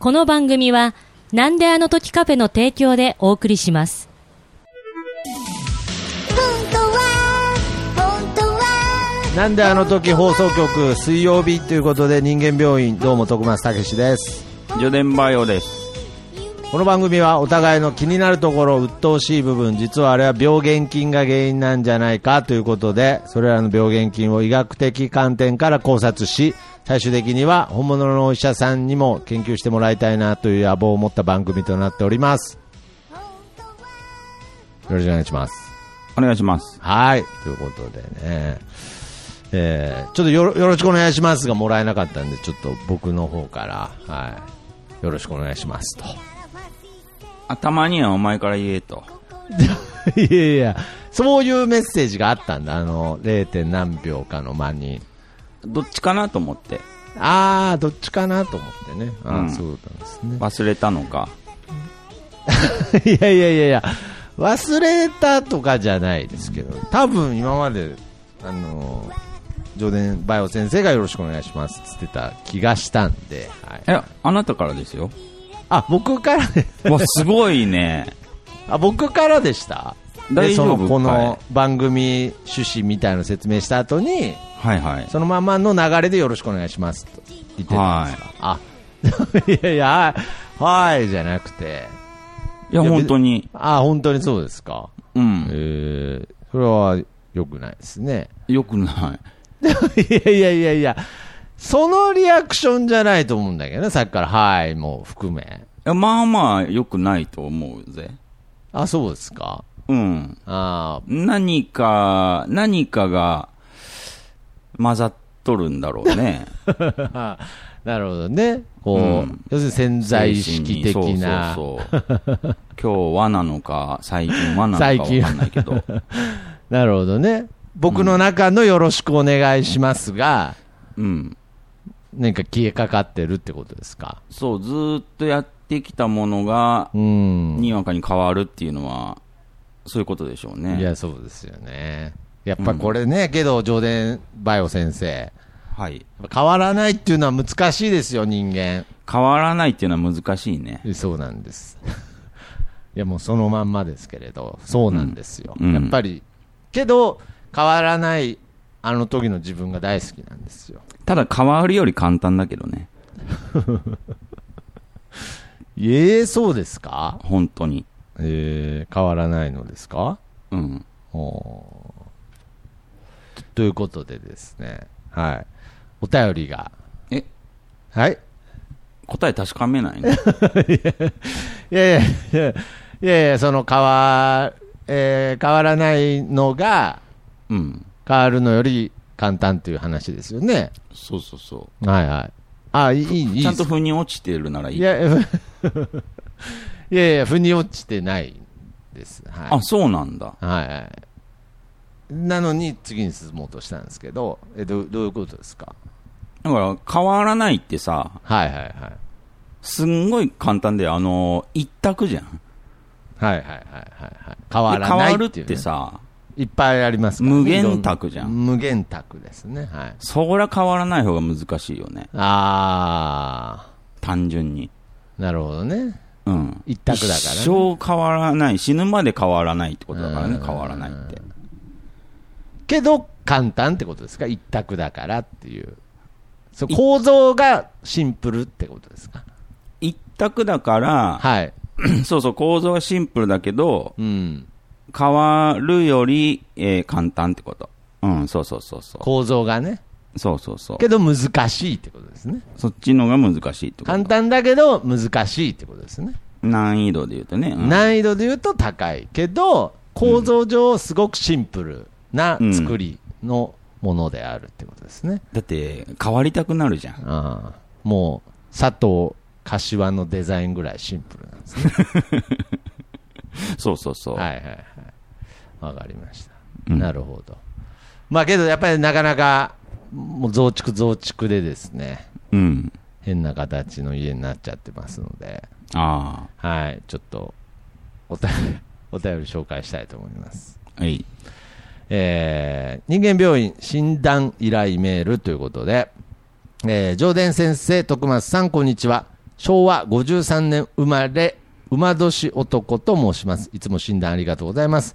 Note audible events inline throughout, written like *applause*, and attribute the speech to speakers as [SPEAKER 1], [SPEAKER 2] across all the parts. [SPEAKER 1] この番組は、なんであの時カフェの提供でお送りします。
[SPEAKER 2] 本当は本当は
[SPEAKER 3] なんであの時放送局水曜日ということで人間病院どうも徳松たけしです
[SPEAKER 4] 4年前よです。
[SPEAKER 3] この番組はお互いの気になるところ鬱陶しい部分実はあれは病原菌が原因なんじゃないかということでそれらの病原菌を医学的観点から考察し最終的には本物のお医者さんにも研究してもらいたいなという野望を持った番組となっておりますよろしくお願いします
[SPEAKER 4] お願いします。
[SPEAKER 3] はい。ということでね。えー、ちょっとよろよろしくお願いしますがもらえなかったんで、ちょっと僕の方から、はい。よろしくお願いしますと。 *laughs*
[SPEAKER 4] あたまにはお前から言えと。
[SPEAKER 3] いやいや、そういうメッセージがあったんだ。あの、0. 点何秒かの間に。
[SPEAKER 4] どっちかなと思って。
[SPEAKER 3] あー、どっちかなと思ってね。あー、
[SPEAKER 4] うん
[SPEAKER 3] そうだったんですね。 *laughs*
[SPEAKER 4] 忘れたのか。
[SPEAKER 3] いやいやいやいや、忘れたとかじゃないですけど、多分今まで、あのジョーデン・バイオ先生がよろしくお願いしますって言ってた気がしたんで、はい、
[SPEAKER 4] え、あなたからで
[SPEAKER 3] *laughs*
[SPEAKER 4] すよ。
[SPEAKER 3] あ、僕からね、
[SPEAKER 4] わ、すごいね。
[SPEAKER 3] あ、僕からでした
[SPEAKER 4] 大丈夫
[SPEAKER 3] でそのこ
[SPEAKER 4] は
[SPEAKER 3] の
[SPEAKER 4] い
[SPEAKER 3] 番組趣旨みたいなの説明した後に、
[SPEAKER 4] はいはい。
[SPEAKER 3] そのままの流れでよろしくお願いしますと言ってたんですか。あ、 *laughs* いやいや、はいはい、じゃなくて、
[SPEAKER 4] いや、本当に。
[SPEAKER 3] あ、本当にそうですか。
[SPEAKER 4] うん。
[SPEAKER 3] えーそれは良くないですね。 *laughs*
[SPEAKER 4] よくない
[SPEAKER 3] やいやいやいや、そのリアクションじゃないと思うんだけどね、さっきから、はい、もう含め。
[SPEAKER 4] い。えまあまあ、よくないと思うぜ。
[SPEAKER 3] あ、そうですか。
[SPEAKER 4] うん。
[SPEAKER 3] あー
[SPEAKER 4] 何か、何かが、混ざっとるんだろうね。
[SPEAKER 3] なるほどね。こう、
[SPEAKER 4] うん
[SPEAKER 3] 要するに潜 *laughs* 在意識的な。
[SPEAKER 4] そうそう
[SPEAKER 3] *laughs*
[SPEAKER 4] そう。今日はなのか、最近はなのかわかんないけ
[SPEAKER 3] *laughs*
[SPEAKER 4] ど。
[SPEAKER 3] なるほどね。僕の中のよろしくお願いしますが、
[SPEAKER 4] うん。
[SPEAKER 3] 何か消えかかってるってことですか。
[SPEAKER 4] そう、ずーっとやってきたものが、
[SPEAKER 3] うん。
[SPEAKER 4] にわかに変わるっていうのは、そういうことでしょうね。
[SPEAKER 3] いや、そうですよね。やっぱこれね、けど、上田バイオ先生。
[SPEAKER 4] はい。
[SPEAKER 3] やっぱ変わらないっていうのは難しいですよ、人間。
[SPEAKER 4] 変わらないっていうのは難しいね。
[SPEAKER 3] そうなんです。 *laughs* いや、もうそのまんまですけれど、そうなんですよ。
[SPEAKER 4] うん
[SPEAKER 3] やっぱり、けど、変わらない、あの時の自分が大好きなんですよ。
[SPEAKER 4] ただ変わるより簡単だけどね。
[SPEAKER 3] ええそうですか
[SPEAKER 4] 本当に。
[SPEAKER 3] えー、変わらないのですか
[SPEAKER 4] うん。
[SPEAKER 3] おーということでですね、はい。お便りが、
[SPEAKER 4] え、
[SPEAKER 3] はい。
[SPEAKER 4] 答え確か
[SPEAKER 3] *laughs*
[SPEAKER 4] めないね。
[SPEAKER 3] いやいやいや、いやいや、その変わ、えー変わらないのが、
[SPEAKER 4] うん。
[SPEAKER 3] 変わるのより簡単という話ですよね。
[SPEAKER 4] そうそうそ
[SPEAKER 3] はいはい。あ、いい、いい。
[SPEAKER 4] う。ちゃんと
[SPEAKER 3] い
[SPEAKER 4] 腑に落ちてるならい
[SPEAKER 3] い
[SPEAKER 4] い。
[SPEAKER 3] や、いやい *laughs* やいや、腑に落ちてないです。はい。
[SPEAKER 4] あ、そうなんだ。
[SPEAKER 3] はいはい。なのに、次に進もうとしたんですけど、え、どうどういうことですか
[SPEAKER 4] だから変わらないってさ、
[SPEAKER 3] はいはいはい。
[SPEAKER 4] すんごい簡単で、あの、一択じゃん。
[SPEAKER 3] はいはいはいはいはい。変わ
[SPEAKER 4] で
[SPEAKER 3] らない
[SPEAKER 4] 変わるっ
[SPEAKER 3] っていう、ね。
[SPEAKER 4] てさ、
[SPEAKER 3] いっぱいありますから、
[SPEAKER 4] 無限択じゃん
[SPEAKER 3] いろな無限択ですね。はい。
[SPEAKER 4] そりゃ変わらない方が難しいよね。
[SPEAKER 3] あ
[SPEAKER 4] 単純に。
[SPEAKER 3] ー、なるほどね。
[SPEAKER 4] うん。
[SPEAKER 3] 一択だからね
[SPEAKER 4] 一生変わらない。死ぬまで変わらないってことだからね
[SPEAKER 3] う、ん
[SPEAKER 4] 変わらないって。
[SPEAKER 3] けど、簡単ってことですか一択だからっていう。そう構造がシンプルってことですか
[SPEAKER 4] 一択だから、 *clears throat*
[SPEAKER 3] はい。
[SPEAKER 4] そうそう、構造はシンプルだけど、
[SPEAKER 3] うん。
[SPEAKER 4] 変わるより、えー簡単ってこと。うん、そうそうそうそ
[SPEAKER 3] 構造がね。
[SPEAKER 4] う。そうそうそう。
[SPEAKER 3] けど難しいってことですね。
[SPEAKER 4] そっちのが難しいってこと。
[SPEAKER 3] 簡単だけど難しいってことですね。
[SPEAKER 4] 難易度で言うとね。うん
[SPEAKER 3] 難易度で言うと高いけど、構造上すごくシンプルな作りのものであるってことですね。
[SPEAKER 4] だって、変わりたくなるじゃん。
[SPEAKER 3] ああもう、佐藤柏のデザインぐらいシンプルなんですね。
[SPEAKER 4] そうそうそう。
[SPEAKER 3] はいはいはい。わかりました。
[SPEAKER 4] うん
[SPEAKER 3] なるほど。まあけど、やっぱりなかなか、もう増築増築でですね、
[SPEAKER 4] うん。
[SPEAKER 3] 変な形の家になっちゃってますので、
[SPEAKER 4] あ
[SPEAKER 3] はい、ちょっと、お便り、 *laughs* お便り紹介したいと思います。
[SPEAKER 4] あ、はい。
[SPEAKER 3] えー人間病院診断依頼メールということで、えー上田先生、徳松さん、こんにちは。昭和53年生まれ、馬年男と申します。いつも診断ありがとうございます。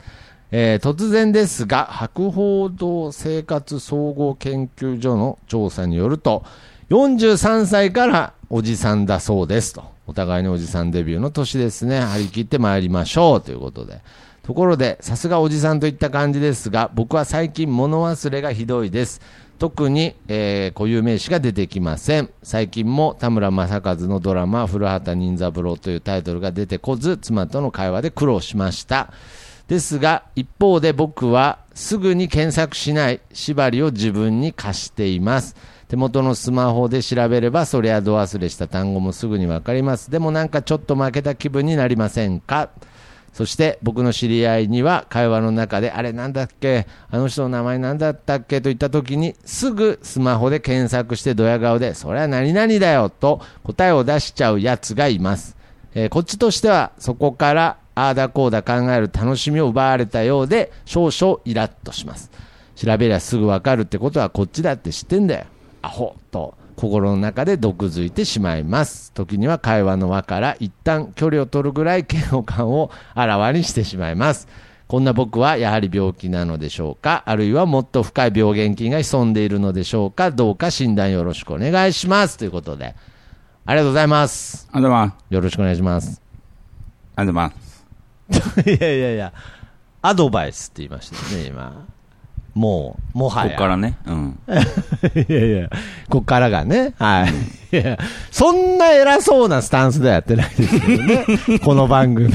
[SPEAKER 3] えー突然ですが、博報堂生活総合研究所の調査によると、43歳からおじさんだそうですと。お互いのおじさんデビューの年ですね。張り切って参りましょうということで。ところで、さすがおじさんといった感じですが、僕は最近物忘れがひどいです。特に、えー固有名詞が出てきません。最近も田村正和のドラマ、古畑任三郎というタイトルが出てこず、妻との会話で苦労しました。ですが、一方で僕はすぐに検索しない縛りを自分に課しています。手元のスマホで調べれば、そりゃど忘れした単語もすぐにわかります。でもなんかちょっと負けた気分になりませんかそして僕の知り合いには会話の中で、あれなんだっけあの人の名前なんだったっけと言った時に、すぐスマホで検索してドヤ顔で、そりゃ何々だよと答えを出しちゃうやつがいます。えーこっちとしてはそこからああだこうだ考える楽しみを奪われたようで少々イラッとします調べりゃすぐわかるってことはこっちだって知ってんだよアホと心の中で毒づいてしまいます時には会話の輪から一旦距離を取るぐらい嫌悪感をあらわにしてしまいますこんな僕はやはり病気なのでしょうかあるいはもっと深い病原菌が潜んでいるのでしょうかどうか診断よろしくお願いしますということでありがとうございます
[SPEAKER 4] あざま
[SPEAKER 3] よろしくお願いします
[SPEAKER 4] あざます。
[SPEAKER 3] *laughs* いやいやいや、アドバイスって言いましたよね、今。もう、もは
[SPEAKER 4] こ
[SPEAKER 3] や。
[SPEAKER 4] こからね。うん。
[SPEAKER 3] ら。 *laughs* いやいや、こっからがね。はい。いや、そんな偉そうなスタンスではやってないですけどね。
[SPEAKER 4] *laughs*
[SPEAKER 3] この番組。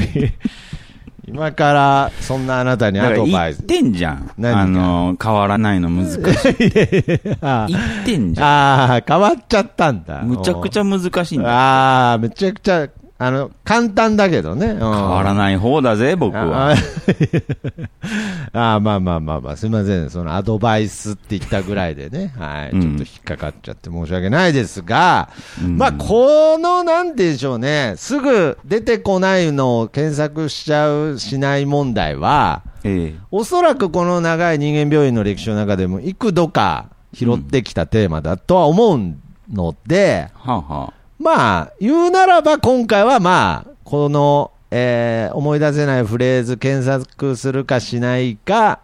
[SPEAKER 3] 今から、そんなあなたに
[SPEAKER 4] だか
[SPEAKER 3] ア
[SPEAKER 4] ら
[SPEAKER 3] ドバ
[SPEAKER 4] 言
[SPEAKER 3] イ
[SPEAKER 4] っ
[SPEAKER 3] ス。
[SPEAKER 4] てんじゃん。
[SPEAKER 3] 何が
[SPEAKER 4] あの、変わらないの難しい。
[SPEAKER 3] *laughs* あ
[SPEAKER 4] 言ってんじゃん。
[SPEAKER 3] あー、変わっちゃったんだ。
[SPEAKER 4] むちゃくちゃ難しいんだ。
[SPEAKER 3] ゃ。ああ、むちゃくちゃ、あの、簡単だけどね。変
[SPEAKER 4] 変わら
[SPEAKER 3] い。
[SPEAKER 4] ない方だぜ、僕は。
[SPEAKER 3] あ *laughs* あ、まあまあまあまあ、すみません。そのアドバイスって言ったぐらいでね。はい。ちょ
[SPEAKER 4] う
[SPEAKER 3] っ
[SPEAKER 4] ん
[SPEAKER 3] と引っかかっちゃって申し訳ないですが、
[SPEAKER 4] うん
[SPEAKER 3] まあ、この、なんでしょうね。すぐ出てこないのを検索しちゃう、しない問題は、
[SPEAKER 4] ええ。
[SPEAKER 3] おそらくこの長い人間病院の歴史の中でも幾度か拾ってきたテーマだとは思うので、
[SPEAKER 4] はあ、は
[SPEAKER 3] まあ、言うならば今回はまあ、この、えー思い出せないフレーズ検索するかしないか、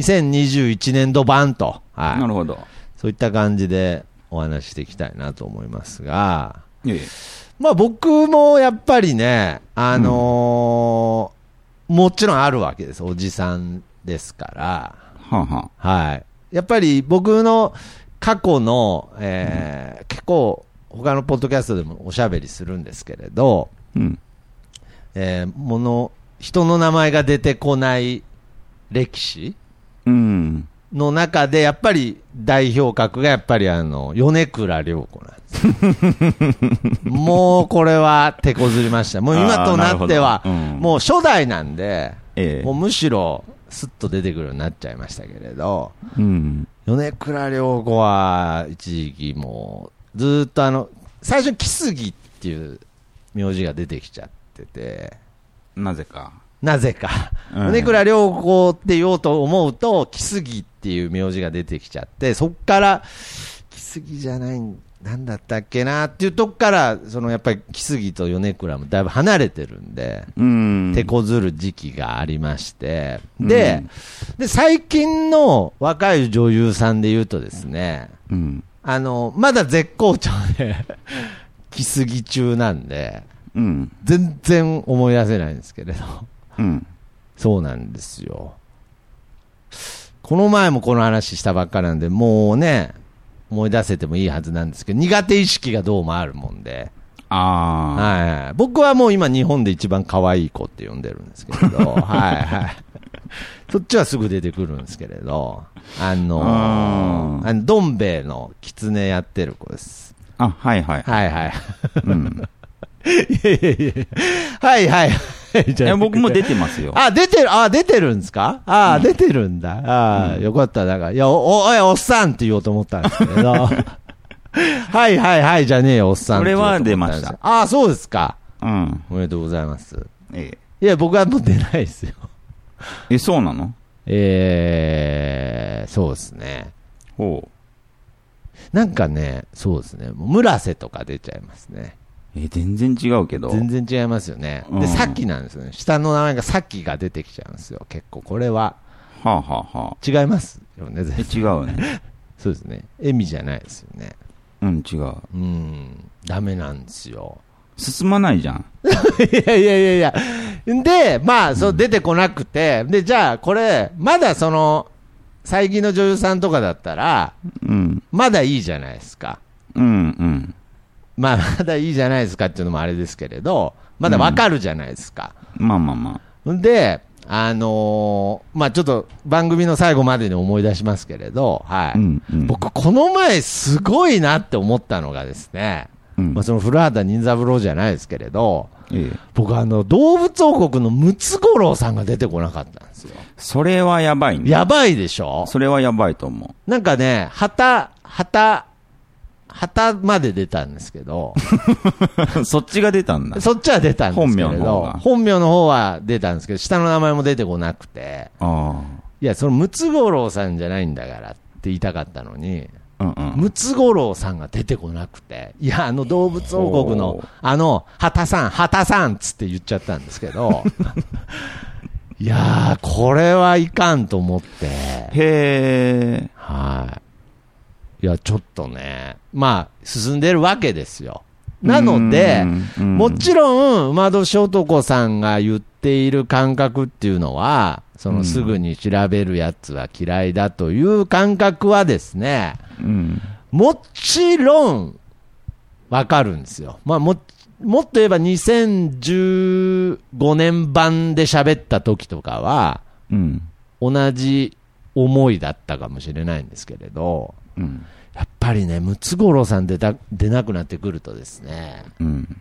[SPEAKER 3] 2021年度版と、
[SPEAKER 4] あ、な
[SPEAKER 3] は
[SPEAKER 4] る
[SPEAKER 3] い、
[SPEAKER 4] ほど。
[SPEAKER 3] そういった感じでお話ししていきたいなと思いますが、
[SPEAKER 4] ええ。
[SPEAKER 3] まあ僕もやっぱりね、あのーもちろんあるわけです。おじさんですから。
[SPEAKER 4] はあ、は
[SPEAKER 3] はい。やっぱり僕の過去の、えー結構他のポッドキャストでもおしゃべりするんですけれど、
[SPEAKER 4] あ、うん。
[SPEAKER 3] えーもの、人の名前が出てこない歴史
[SPEAKER 4] うん。
[SPEAKER 3] の中で、やっぱり代表格がやっぱりあの、米倉涼子なんですよ。
[SPEAKER 4] *laughs*
[SPEAKER 3] もうこれは手こずりました。もう今となっては、
[SPEAKER 4] あーなるほどうん
[SPEAKER 3] もう初代なんで、
[SPEAKER 4] ええ
[SPEAKER 3] もうむしろスッと出てくるようになっちゃいましたけれど、
[SPEAKER 4] うん。
[SPEAKER 3] 米倉涼子は一時期もうずーっとあの最初木杉っていう名字が出てきちゃってて
[SPEAKER 4] なぜか。
[SPEAKER 3] なぜか、
[SPEAKER 4] うん
[SPEAKER 3] 米倉涼子って言おうと思うと木杉っていう名字が出てきちゃってそっから木杉じゃないなんだったっけなっていうとこからそのやっぱり木杉と米倉もだいぶ離れてるんで、
[SPEAKER 4] うん。
[SPEAKER 3] 手こずる時期がありまして、
[SPEAKER 4] うん
[SPEAKER 3] でで最近の若い女優さんで言うとですね、
[SPEAKER 4] うん。
[SPEAKER 3] あのまだ絶好調で *laughs* 来すぎ中なんで
[SPEAKER 4] うん。
[SPEAKER 3] 全然思い出せないんですけれど
[SPEAKER 4] うん。
[SPEAKER 3] そうなんですよこの前もこの話したばっかなんでもうね思い出せてもいいはずなんですけど苦手意識がどうもあるもんで、
[SPEAKER 4] ああ。
[SPEAKER 3] はい、僕はもう今日本で一番可愛い子って呼んでるんですけれど
[SPEAKER 4] *laughs*
[SPEAKER 3] はい、はい、そっちはすぐ出てくるんですけれどあの
[SPEAKER 4] あー
[SPEAKER 3] あのどん兵衛の狐やってる子です
[SPEAKER 4] あ、はいはい。
[SPEAKER 3] はいはい。
[SPEAKER 4] *laughs* うん。
[SPEAKER 3] いやいやいやはいはいはい。
[SPEAKER 4] い
[SPEAKER 3] じゃ
[SPEAKER 4] や、
[SPEAKER 3] あ
[SPEAKER 4] 僕も出てますよ。
[SPEAKER 3] あ、出てる、あ、出てるんですかあ、出てるんだ。あー、よかった。なんか、いや、お、おい、おっさんって言おうと思ったんですけ
[SPEAKER 4] *laughs*
[SPEAKER 3] ど。はいはいはい、じゃねえよ、おっさんって言おうと思ったんですよ
[SPEAKER 4] これは出ました
[SPEAKER 3] あー、そうですか。
[SPEAKER 4] うん。
[SPEAKER 3] おめでとうございます。
[SPEAKER 4] ええ
[SPEAKER 3] いや、僕はもう出ないですよ。 *laughs*
[SPEAKER 4] え、そうなの
[SPEAKER 3] えー、そうですね。
[SPEAKER 4] ほ
[SPEAKER 3] なんかね、そうですね。もう村瀬とか出ちゃいますね。
[SPEAKER 4] う。え、全然違うけど。
[SPEAKER 3] 全然違いますよね。
[SPEAKER 4] うん
[SPEAKER 3] で、さっきなんですよね。下の名前がさっきが出てきちゃうんですよ。結構これは
[SPEAKER 4] はあ、はあはあ、
[SPEAKER 3] 違いますよね。全
[SPEAKER 4] え、
[SPEAKER 3] 然
[SPEAKER 4] 違うね。
[SPEAKER 3] そうですね。エミじゃないですよね。
[SPEAKER 4] うん、違う。
[SPEAKER 3] うん。ダメなんですよ。 *laughs*
[SPEAKER 4] 進まないじゃん。
[SPEAKER 3] いやいやいやいや。で、まあ、そう出てこなくて、で、じゃあこれ、まだその、最近の女優さんとかだったら、
[SPEAKER 4] うん、
[SPEAKER 3] まだいいじゃないですか。
[SPEAKER 4] うん、うん。
[SPEAKER 3] まあ、まだいいじゃないですかっていうのもあれですけれど、まだわかるじゃないですか。
[SPEAKER 4] まあまあま
[SPEAKER 3] で、あのーまあちょっと番組の最後までに思い出しますけれど、はい。
[SPEAKER 4] うんうん
[SPEAKER 3] 僕、この前すごいなって思ったのがですね、
[SPEAKER 4] うん
[SPEAKER 3] まあその古畑任三郎じゃないですけれど、
[SPEAKER 4] あ。ええ。
[SPEAKER 3] 僕、あの、動物王国のムツゴロウさんが出てこなかったんですよ。
[SPEAKER 4] それはやばいね。
[SPEAKER 3] やばいでしょ
[SPEAKER 4] それはやばいと思
[SPEAKER 3] なんかね、旗、旗、旗まで出たんですけど、
[SPEAKER 4] う。 *laughs* そっちが出たんだ。
[SPEAKER 3] そっちは出たんですけ
[SPEAKER 4] 本
[SPEAKER 3] れ
[SPEAKER 4] 名の方
[SPEAKER 3] ど
[SPEAKER 4] が、
[SPEAKER 3] 本名の方は出たんですけど、下の名前も出てこなくて、
[SPEAKER 4] あ
[SPEAKER 3] いや、そのムツゴロウさんじゃないんだからって言いたかったのに、
[SPEAKER 4] あ。うんうん。
[SPEAKER 3] ムツゴロウさんが出てこなくて、いや、あの動物王国
[SPEAKER 4] お
[SPEAKER 3] の
[SPEAKER 4] ー、
[SPEAKER 3] あの、畑さん、畑さんっつって言っちゃったんですけ
[SPEAKER 4] *laughs*
[SPEAKER 3] ど、いやー、これはいかんと思って、
[SPEAKER 4] へえ。
[SPEAKER 3] はい。いや、ちょっとね、まあ、進んでるわけですよ。なので
[SPEAKER 4] うん、うん
[SPEAKER 3] もちろん、馬年男さんが言っている感覚っていうのは、そのすぐに調べるやつは嫌いだという感覚はですね、
[SPEAKER 4] うん。
[SPEAKER 3] もちろん、わかるんですよ。まあ、も、もっと言えば2015年版で喋った時とかは、
[SPEAKER 4] うん。
[SPEAKER 3] 同じ思いだったかもしれないんですけれど、
[SPEAKER 4] うん。
[SPEAKER 3] やっぱりね、ムツゴロウさん出た出なくなってくるとですね、
[SPEAKER 4] うん。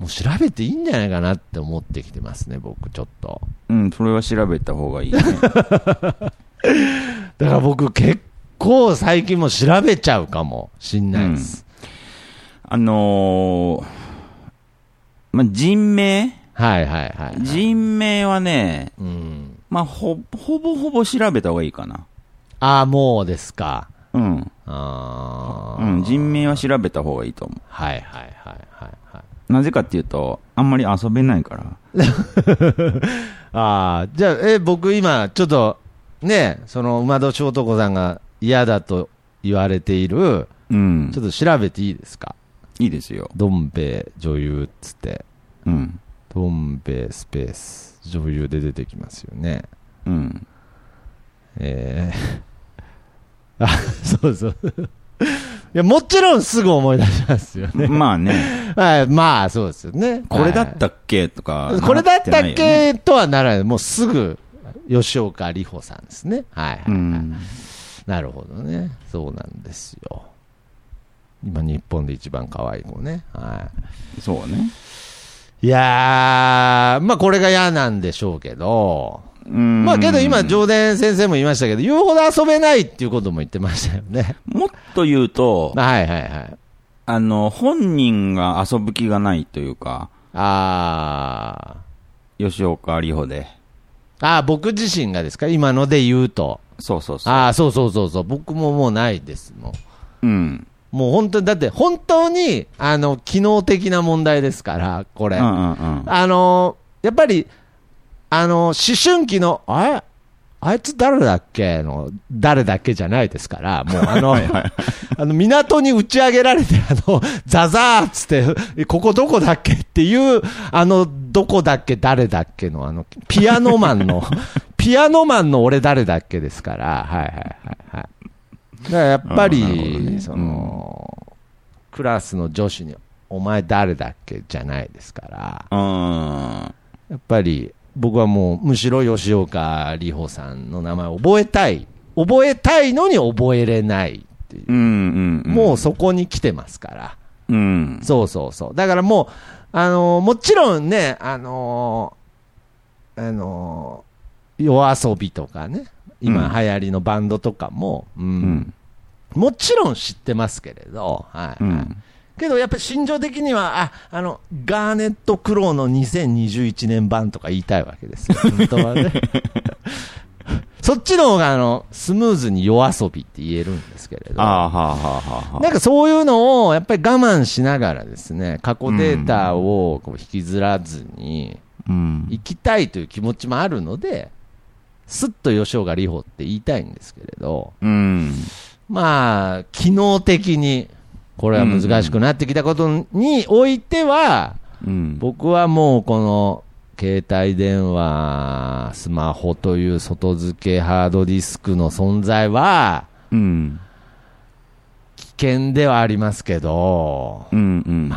[SPEAKER 3] もう調べていいんじゃないかなって思ってきてますね、僕、ちょっと。
[SPEAKER 4] うん、それは調べた方がいいね。 *laughs*
[SPEAKER 3] だから僕、結構最近も調べちゃうかもしんないです。
[SPEAKER 4] あのー、まあ、人名
[SPEAKER 3] はいはいはい、はい。
[SPEAKER 4] 人名はね、
[SPEAKER 3] うん。
[SPEAKER 4] まあ、ほ、ほぼほぼ調べた方がいいかな。
[SPEAKER 3] ああ、もうですか。
[SPEAKER 4] うん。
[SPEAKER 3] ああ、
[SPEAKER 4] うん、人名は調べた方がいいと思
[SPEAKER 3] はいはいはいはいはい。
[SPEAKER 4] う。なぜかっていうと、あんまり遊べないから。
[SPEAKER 3] ああ、じゃあ、え、僕今、ちょっと、ね、その、馬戸翔と子さんが嫌だと言われている、
[SPEAKER 4] うん
[SPEAKER 3] ち。ょっと調べていいですか
[SPEAKER 4] いいですよ。
[SPEAKER 3] どん兵衛女優っつって、
[SPEAKER 4] うん。
[SPEAKER 3] どん兵衛スペース女優で出てきますよね。
[SPEAKER 4] うん。
[SPEAKER 3] えー、あ、そうそう。いや、もちろんすぐ思い出しますよ
[SPEAKER 4] *laughs*
[SPEAKER 3] ね。
[SPEAKER 4] まあね、
[SPEAKER 3] はい、まあ、そうですよね。
[SPEAKER 4] これだったっけとか、
[SPEAKER 3] これだったっ
[SPEAKER 4] な
[SPEAKER 3] けとはならない。もうすぐ、吉岡里帆さんですね。はいはい、
[SPEAKER 4] て
[SPEAKER 3] はい
[SPEAKER 4] ないよね。
[SPEAKER 3] なるほどね。そうなんですよ。今、日本で一番可愛い子ね。は
[SPEAKER 4] うん。そうね。
[SPEAKER 3] い。いやー、まあこれが嫌なんでしょうけど、
[SPEAKER 4] うん。
[SPEAKER 3] まあけど今、上田先生も言いましたけど、言うほど遊べないっていうことも言ってましたよ
[SPEAKER 4] *laughs*
[SPEAKER 3] ね。
[SPEAKER 4] もっと言うと、
[SPEAKER 3] はいはいはい。
[SPEAKER 4] あの、本人が遊ぶ気がないというか、
[SPEAKER 3] あー。
[SPEAKER 4] 吉岡里帆で。
[SPEAKER 3] あー僕自身がですか今ので言うと。
[SPEAKER 4] そうそうそう。
[SPEAKER 3] ああ、そうそうそうそう。僕ももうないですもん。
[SPEAKER 4] うん。
[SPEAKER 3] もう本当に、だって本当に、あの、機能的な問題ですから、こ
[SPEAKER 4] う
[SPEAKER 3] れ。
[SPEAKER 4] んうんうん。
[SPEAKER 3] あのーやっぱり、あのー思春期の、あれあいつ誰だっけの、誰だっけじゃないですから、もうあ
[SPEAKER 4] *laughs*
[SPEAKER 3] の、 *laughs* あの港に打ち上げられて、あの、ザザーっつって、ここどこだっけっていう、あの、どこだっけ、誰だっけの、あの、ピアノマン
[SPEAKER 4] *laughs*
[SPEAKER 3] の、ピアノマンの俺誰だっけですから、はいはいはいはい。だからやっぱ
[SPEAKER 4] あーなるほど
[SPEAKER 3] り、
[SPEAKER 4] ね
[SPEAKER 3] その、クラスの女子に、お前誰だっけじゃないですから、
[SPEAKER 4] うん。
[SPEAKER 3] やっぱり僕はもうむしろ吉岡里帆さんの名前を覚えたい。覚えたいのに覚えれないっていう。
[SPEAKER 4] うんうんうん。
[SPEAKER 3] もうそこに来てますから。
[SPEAKER 4] うん。
[SPEAKER 3] そうそうそう。だからもう、あのーもちろんね、あのーあのー夜遊びとかね、今流行りのバンドとかも、うん
[SPEAKER 4] うん。
[SPEAKER 3] もちろん知ってますけれど、はい、
[SPEAKER 4] う
[SPEAKER 3] はい
[SPEAKER 4] ん。
[SPEAKER 3] けどやっぱり心情的には、あ、あの、ガーネットクローの2021年版とか言いたいわけですよ。本当はね。そっちの方があのスムーズに夜遊びって言えるんですけれど。
[SPEAKER 4] ああ、はあ、はあ、はあ。
[SPEAKER 3] なんかそういうのをやっぱり我慢しながらですね、過去データをこう引きずらずに、
[SPEAKER 4] うん。
[SPEAKER 3] 行きたいという気持ちもあるので、すっと吉岡里帆って言いたいんですけれど、
[SPEAKER 4] うん。
[SPEAKER 3] まあ、機能的に、これは難しくなってきたことにおいては、
[SPEAKER 4] うん。
[SPEAKER 3] 僕はもうこの、携帯電話、スマホという外付けハードディスクの存在は、
[SPEAKER 4] うん。
[SPEAKER 3] 危険ではありますけど、
[SPEAKER 4] うん。うん。
[SPEAKER 3] ま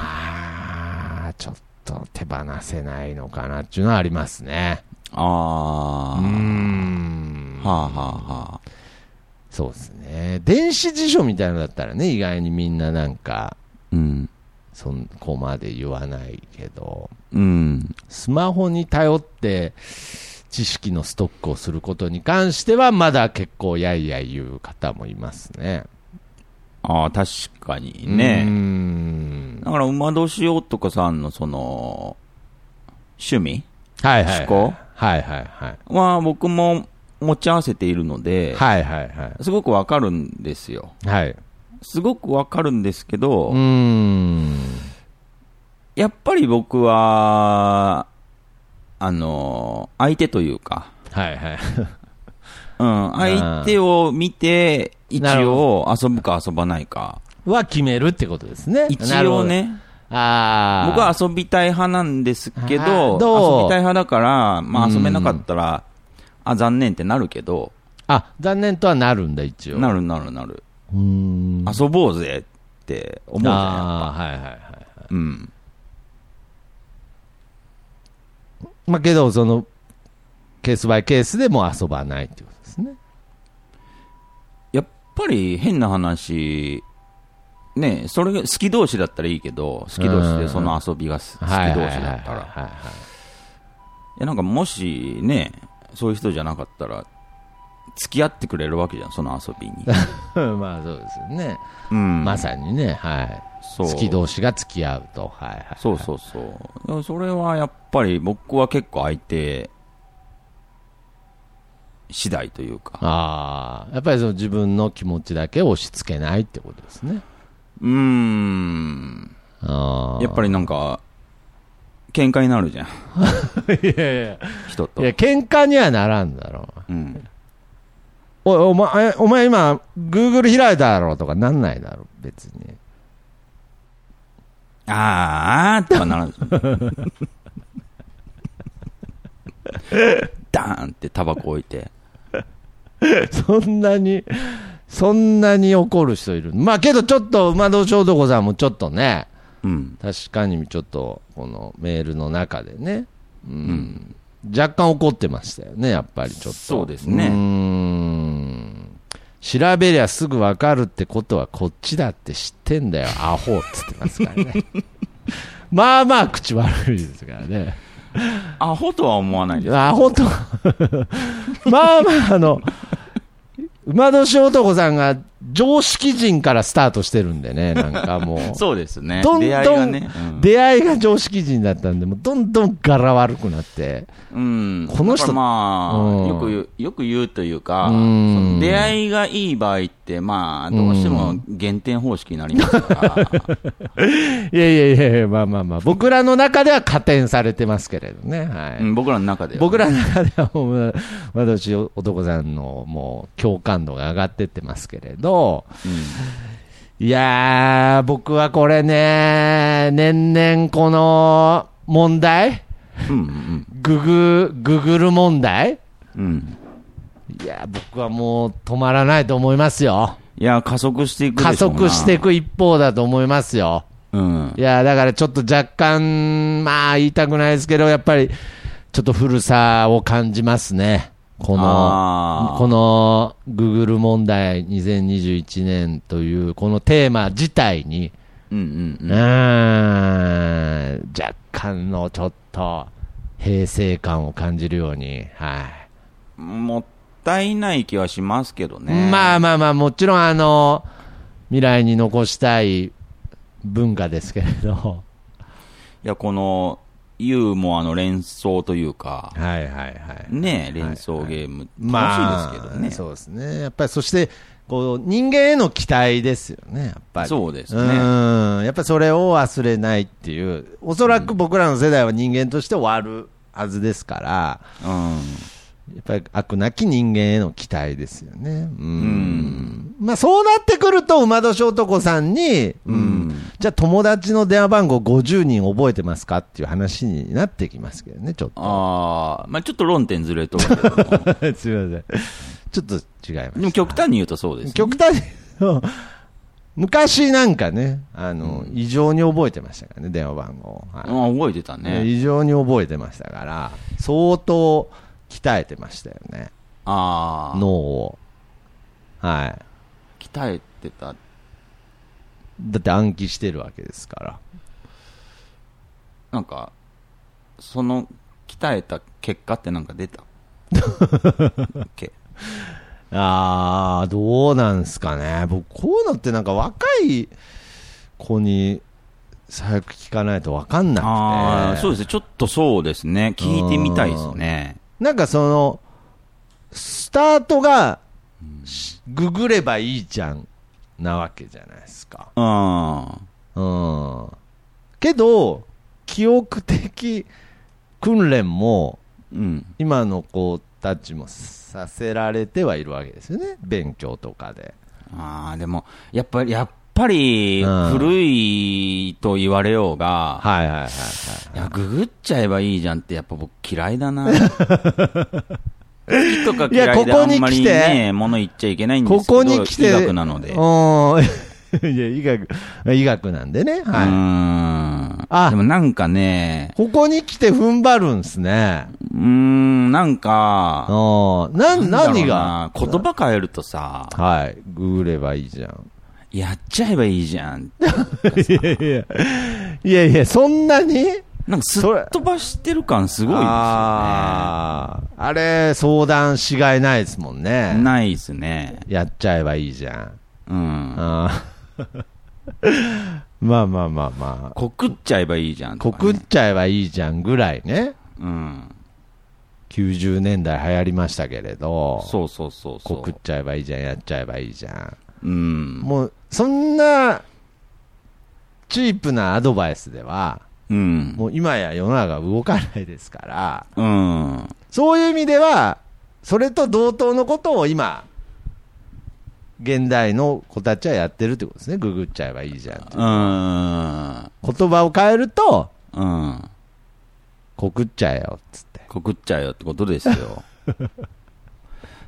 [SPEAKER 3] あ、ちょっと手放せないのかなっていうのはありますね。
[SPEAKER 4] ああ。
[SPEAKER 3] うーん。
[SPEAKER 4] はあ、はあ、はあ。
[SPEAKER 3] そうですね。電子辞書みたいなのだったらね、意外にみんななんか、
[SPEAKER 4] うん。
[SPEAKER 3] そんこまで言わないけど、
[SPEAKER 4] うん。
[SPEAKER 3] スマホに頼って知識のストックをすることに関しては、まだ結構やいやい言う方もいますね。
[SPEAKER 4] ああ、確かに
[SPEAKER 3] うー
[SPEAKER 4] ね。
[SPEAKER 3] ん
[SPEAKER 4] だから、馬年男さんのその、趣味
[SPEAKER 3] はいはい。
[SPEAKER 4] 思考
[SPEAKER 3] はいはいはい。
[SPEAKER 4] は僕も持ち合わせているので、
[SPEAKER 3] はいはいは
[SPEAKER 4] すごくわかるんですよ。
[SPEAKER 3] い。はい。
[SPEAKER 4] すごくわかるんですけ
[SPEAKER 3] う
[SPEAKER 4] ど、
[SPEAKER 3] ーん。
[SPEAKER 4] やっぱり僕は、あの、相手というか、
[SPEAKER 3] はいはい。
[SPEAKER 4] うん、相手を見て、一
[SPEAKER 3] なるほ
[SPEAKER 4] 応遊ぶか遊ばないか。
[SPEAKER 3] *laughs* は決めるってことですね。
[SPEAKER 4] 一
[SPEAKER 3] なるほ
[SPEAKER 4] 応
[SPEAKER 3] ど。
[SPEAKER 4] ね、
[SPEAKER 3] ああ。
[SPEAKER 4] 僕は遊びたい派なんですけ
[SPEAKER 3] あー
[SPEAKER 4] ど、
[SPEAKER 3] どう
[SPEAKER 4] 遊びたい派だから、まあ
[SPEAKER 3] うん
[SPEAKER 4] 遊べなかったら、あ、残念ってなるけど、
[SPEAKER 3] あ、残念とはなるんだ、一応。
[SPEAKER 4] なるなるなる。
[SPEAKER 3] うーん。
[SPEAKER 4] 遊ぼうぜって思うじゃんやっぱ。
[SPEAKER 3] あーはいはいはい。
[SPEAKER 4] うん。
[SPEAKER 3] まあけど、その、ケースバイケースでもう遊ばないってことですね。
[SPEAKER 4] やっぱり変な話、ねそれが好き同士だったらいいけど、好き同士
[SPEAKER 3] う
[SPEAKER 4] で
[SPEAKER 3] ん
[SPEAKER 4] その遊びがす好き同士だったら。
[SPEAKER 3] ら。
[SPEAKER 4] いや、なんかもしね、そういう人じゃなかったら、付き合ってくれるわけじゃん、その遊び
[SPEAKER 3] *laughs*
[SPEAKER 4] に。
[SPEAKER 3] まあそうですよね。
[SPEAKER 4] うん。
[SPEAKER 3] まさにね、はい。
[SPEAKER 4] そう
[SPEAKER 3] 好き同士が付き合うと。はいはい。
[SPEAKER 4] そうそうそう。だからそれはやっぱり僕は結構相手、次第というか。
[SPEAKER 3] ああ、やっぱりその自分の気持ちだけ押し付けないってことですね。
[SPEAKER 4] うーん。
[SPEAKER 3] ああ。
[SPEAKER 4] やっぱりなんか、喧嘩になるじゃん、
[SPEAKER 3] り。いやいや。
[SPEAKER 4] 人と
[SPEAKER 3] いや、。喧嘩にはならんだろう。
[SPEAKER 4] うん。
[SPEAKER 3] おい、お前、えお前今、Google 開いただろうとかなんないだろう、別 *laughs* に。
[SPEAKER 4] あーあーとかならん。ダーンってタバコ置いて。
[SPEAKER 3] そんなに、そんなに怒る人いる。まあけどちょっと、馬道正男さんもちょっとね、
[SPEAKER 4] うん。
[SPEAKER 3] 確かにちょっと、このメールの中でね、うん、若干怒ってましたよね、やっぱりちょっと。
[SPEAKER 4] そうです
[SPEAKER 3] うー
[SPEAKER 4] ね。
[SPEAKER 3] ん。調べりゃすぐわかるってことはこっちだって知ってんだよ、アホっつってますから
[SPEAKER 4] *laughs*
[SPEAKER 3] ね。まあまあ口悪いですからね。
[SPEAKER 4] アホとは思わないです。
[SPEAKER 3] あ、本当まあまあ、あの、馬年男さんが常識人からスタートしてるんでね、なんかもう。
[SPEAKER 4] *laughs* そうですね。
[SPEAKER 3] どん
[SPEAKER 4] 出会い
[SPEAKER 3] ど
[SPEAKER 4] が
[SPEAKER 3] ん、
[SPEAKER 4] ね。うん
[SPEAKER 3] 出会いが常識人だったんで、もうどんどん柄悪くなって。
[SPEAKER 4] うん、
[SPEAKER 3] この人
[SPEAKER 4] だからまあ、
[SPEAKER 3] うん
[SPEAKER 4] よく言うよく言うというか、
[SPEAKER 3] う
[SPEAKER 4] そ
[SPEAKER 3] ん
[SPEAKER 4] の出会いがいい場合って、まあ、どうしても減点方式になりま
[SPEAKER 3] *laughs*
[SPEAKER 4] すから、
[SPEAKER 3] いやいやいやいや、まあまあまあ、僕らの中では加点されてますけれどね、はい。
[SPEAKER 4] うん僕らの中では。
[SPEAKER 3] 僕らの中ではもう、馬年男さんのもう共感度が上がってってますけれど、いやー、僕はこれね、年々この問題、
[SPEAKER 4] うん、うん、
[SPEAKER 3] ググ、ググる問題、
[SPEAKER 4] うんうん。
[SPEAKER 3] いやー、僕はもう止まらないと思いますよ。
[SPEAKER 4] いや、加速していくでしょう
[SPEAKER 3] 加
[SPEAKER 4] な
[SPEAKER 3] 速してい。く一方だと思いますよ。
[SPEAKER 4] うん
[SPEAKER 3] い。やー、だからちょっと若干、まあ言いたくないですけど、やっぱり、ちょっと古さを感じますね。この
[SPEAKER 4] あ、ー
[SPEAKER 3] この Google 問題2021年という、このテーマ自体に、
[SPEAKER 4] うん、
[SPEAKER 3] う
[SPEAKER 4] うん、うん。
[SPEAKER 3] ーん、若干のちょっと、平成感を感じるように、はい。
[SPEAKER 4] もったいない気はしますけどね。
[SPEAKER 3] まあ
[SPEAKER 4] あ、
[SPEAKER 3] まあまあ、もちろんあの、未来に残したい文化ですけれど、
[SPEAKER 4] いや、この、ユーモアの連想というか、
[SPEAKER 3] はいはいはい。
[SPEAKER 4] ね、連想ゲーム、
[SPEAKER 3] まあ、
[SPEAKER 4] 楽しいですけどね。
[SPEAKER 3] そうですね。やっぱり、そして、こう、人間への期待ですよね、やっぱり。
[SPEAKER 4] そうです
[SPEAKER 3] う
[SPEAKER 4] ね。
[SPEAKER 3] ん。やっぱりそれを忘れないっていう、おそらく僕らの世代は人間として終わるはずですから、
[SPEAKER 4] うん。
[SPEAKER 3] やっぱり悪なき人間への期待ですよね。うん。
[SPEAKER 4] ん
[SPEAKER 3] まあそうなってくると、馬年男さんに、うん。じゃあ友達の電話番号50人覚えてますかっていう話になってきますけどね、ちょっ
[SPEAKER 4] *laughs*
[SPEAKER 3] と。
[SPEAKER 4] ああ、まあちょっと論点ずれとるけ
[SPEAKER 3] *laughs*
[SPEAKER 4] ども
[SPEAKER 3] すみません。ちょっと違います。
[SPEAKER 4] でも極端に言うとそうです、
[SPEAKER 3] *laughs*
[SPEAKER 4] ね。
[SPEAKER 3] 極端に言うと、昔なんかね、あの、異常に覚えてましたからね、電話番号を。はい
[SPEAKER 4] あ覚えてたね。
[SPEAKER 3] 異常に覚えてましたから、相当鍛えてましたよね、
[SPEAKER 4] ああ、
[SPEAKER 3] 脳を。はい。
[SPEAKER 4] 鍛えてた。
[SPEAKER 3] だって暗記してるわけですから。
[SPEAKER 4] なんか、その、鍛えた結果ってなんか出たけ
[SPEAKER 3] あー、どうなんすかね。僕、こういうのってなんか若い子に最悪聞かないとわかんなくて。
[SPEAKER 4] ああ、そうですね。ちょっとそうですね。聞いてみたいですね。
[SPEAKER 3] なんかその、スタートが、しググればいいじゃん、なわけじゃないですか。
[SPEAKER 4] うん。
[SPEAKER 3] うん。けど、記憶的訓練も、
[SPEAKER 4] うん。
[SPEAKER 3] 今の子たちもさせられてはいるわけですよね。勉強とかで。
[SPEAKER 4] ああ、でも、やっぱり、やっぱり、
[SPEAKER 3] うん
[SPEAKER 4] 古いと言われようが、
[SPEAKER 3] はいはいはいはい。
[SPEAKER 4] いや、ググっちゃえばいいじゃんって、やっぱ僕嫌いだな。 *laughs* 好きとか嫌
[SPEAKER 3] いやこ
[SPEAKER 4] いで
[SPEAKER 3] こ
[SPEAKER 4] あ
[SPEAKER 3] に来て
[SPEAKER 4] んまりね、物言っちゃいけないんです
[SPEAKER 3] こ
[SPEAKER 4] けど、
[SPEAKER 3] こに来て。
[SPEAKER 4] 医学なので。
[SPEAKER 3] う
[SPEAKER 4] うーん。
[SPEAKER 3] ん。 *laughs* いや、医学、医学なんでね。はい。あ
[SPEAKER 4] でもなんかね、
[SPEAKER 3] ここに来て踏ん張るんですね。
[SPEAKER 4] うーん、なんか、
[SPEAKER 3] うん。な、
[SPEAKER 4] なんだろ
[SPEAKER 3] 何
[SPEAKER 4] う
[SPEAKER 3] が
[SPEAKER 4] な言葉変えるとさ、
[SPEAKER 3] はい。ググればいいじゃん。
[SPEAKER 4] やっちゃえばいいじゃん。
[SPEAKER 3] いやいや、いやいや、そんなに
[SPEAKER 4] なんかすっ飛ばしてる感すごいですよね。
[SPEAKER 3] あーあれ、相談しがいないですもんね。
[SPEAKER 4] ないですね。
[SPEAKER 3] やっちゃえばいいじゃん。
[SPEAKER 4] うん。
[SPEAKER 3] あー *laughs* まあまあまあまあ。
[SPEAKER 4] 告っちゃえばいいじゃんとか、ね。
[SPEAKER 3] 告っちゃえばいいじゃんぐらいね。
[SPEAKER 4] うん。
[SPEAKER 3] 90年代流行りましたけれど。
[SPEAKER 4] そうそうそうそう。
[SPEAKER 3] 告っちゃえばいいじゃん、やっちゃえばいいじゃん。
[SPEAKER 4] うん。
[SPEAKER 3] もう、そんな、チープなアドバイスでは、
[SPEAKER 4] うん。
[SPEAKER 3] もう今や世の中動かないですから、
[SPEAKER 4] うん。
[SPEAKER 3] そういう意味では、それと同等のことを今、現代の子たちはやってるってことですね。ググっちゃえばいいじゃんって。
[SPEAKER 4] うん。
[SPEAKER 3] 言葉を変えると、
[SPEAKER 4] うん。
[SPEAKER 3] 告っちゃえよ、つって。
[SPEAKER 4] 告っちゃえよってことですよ。 *laughs*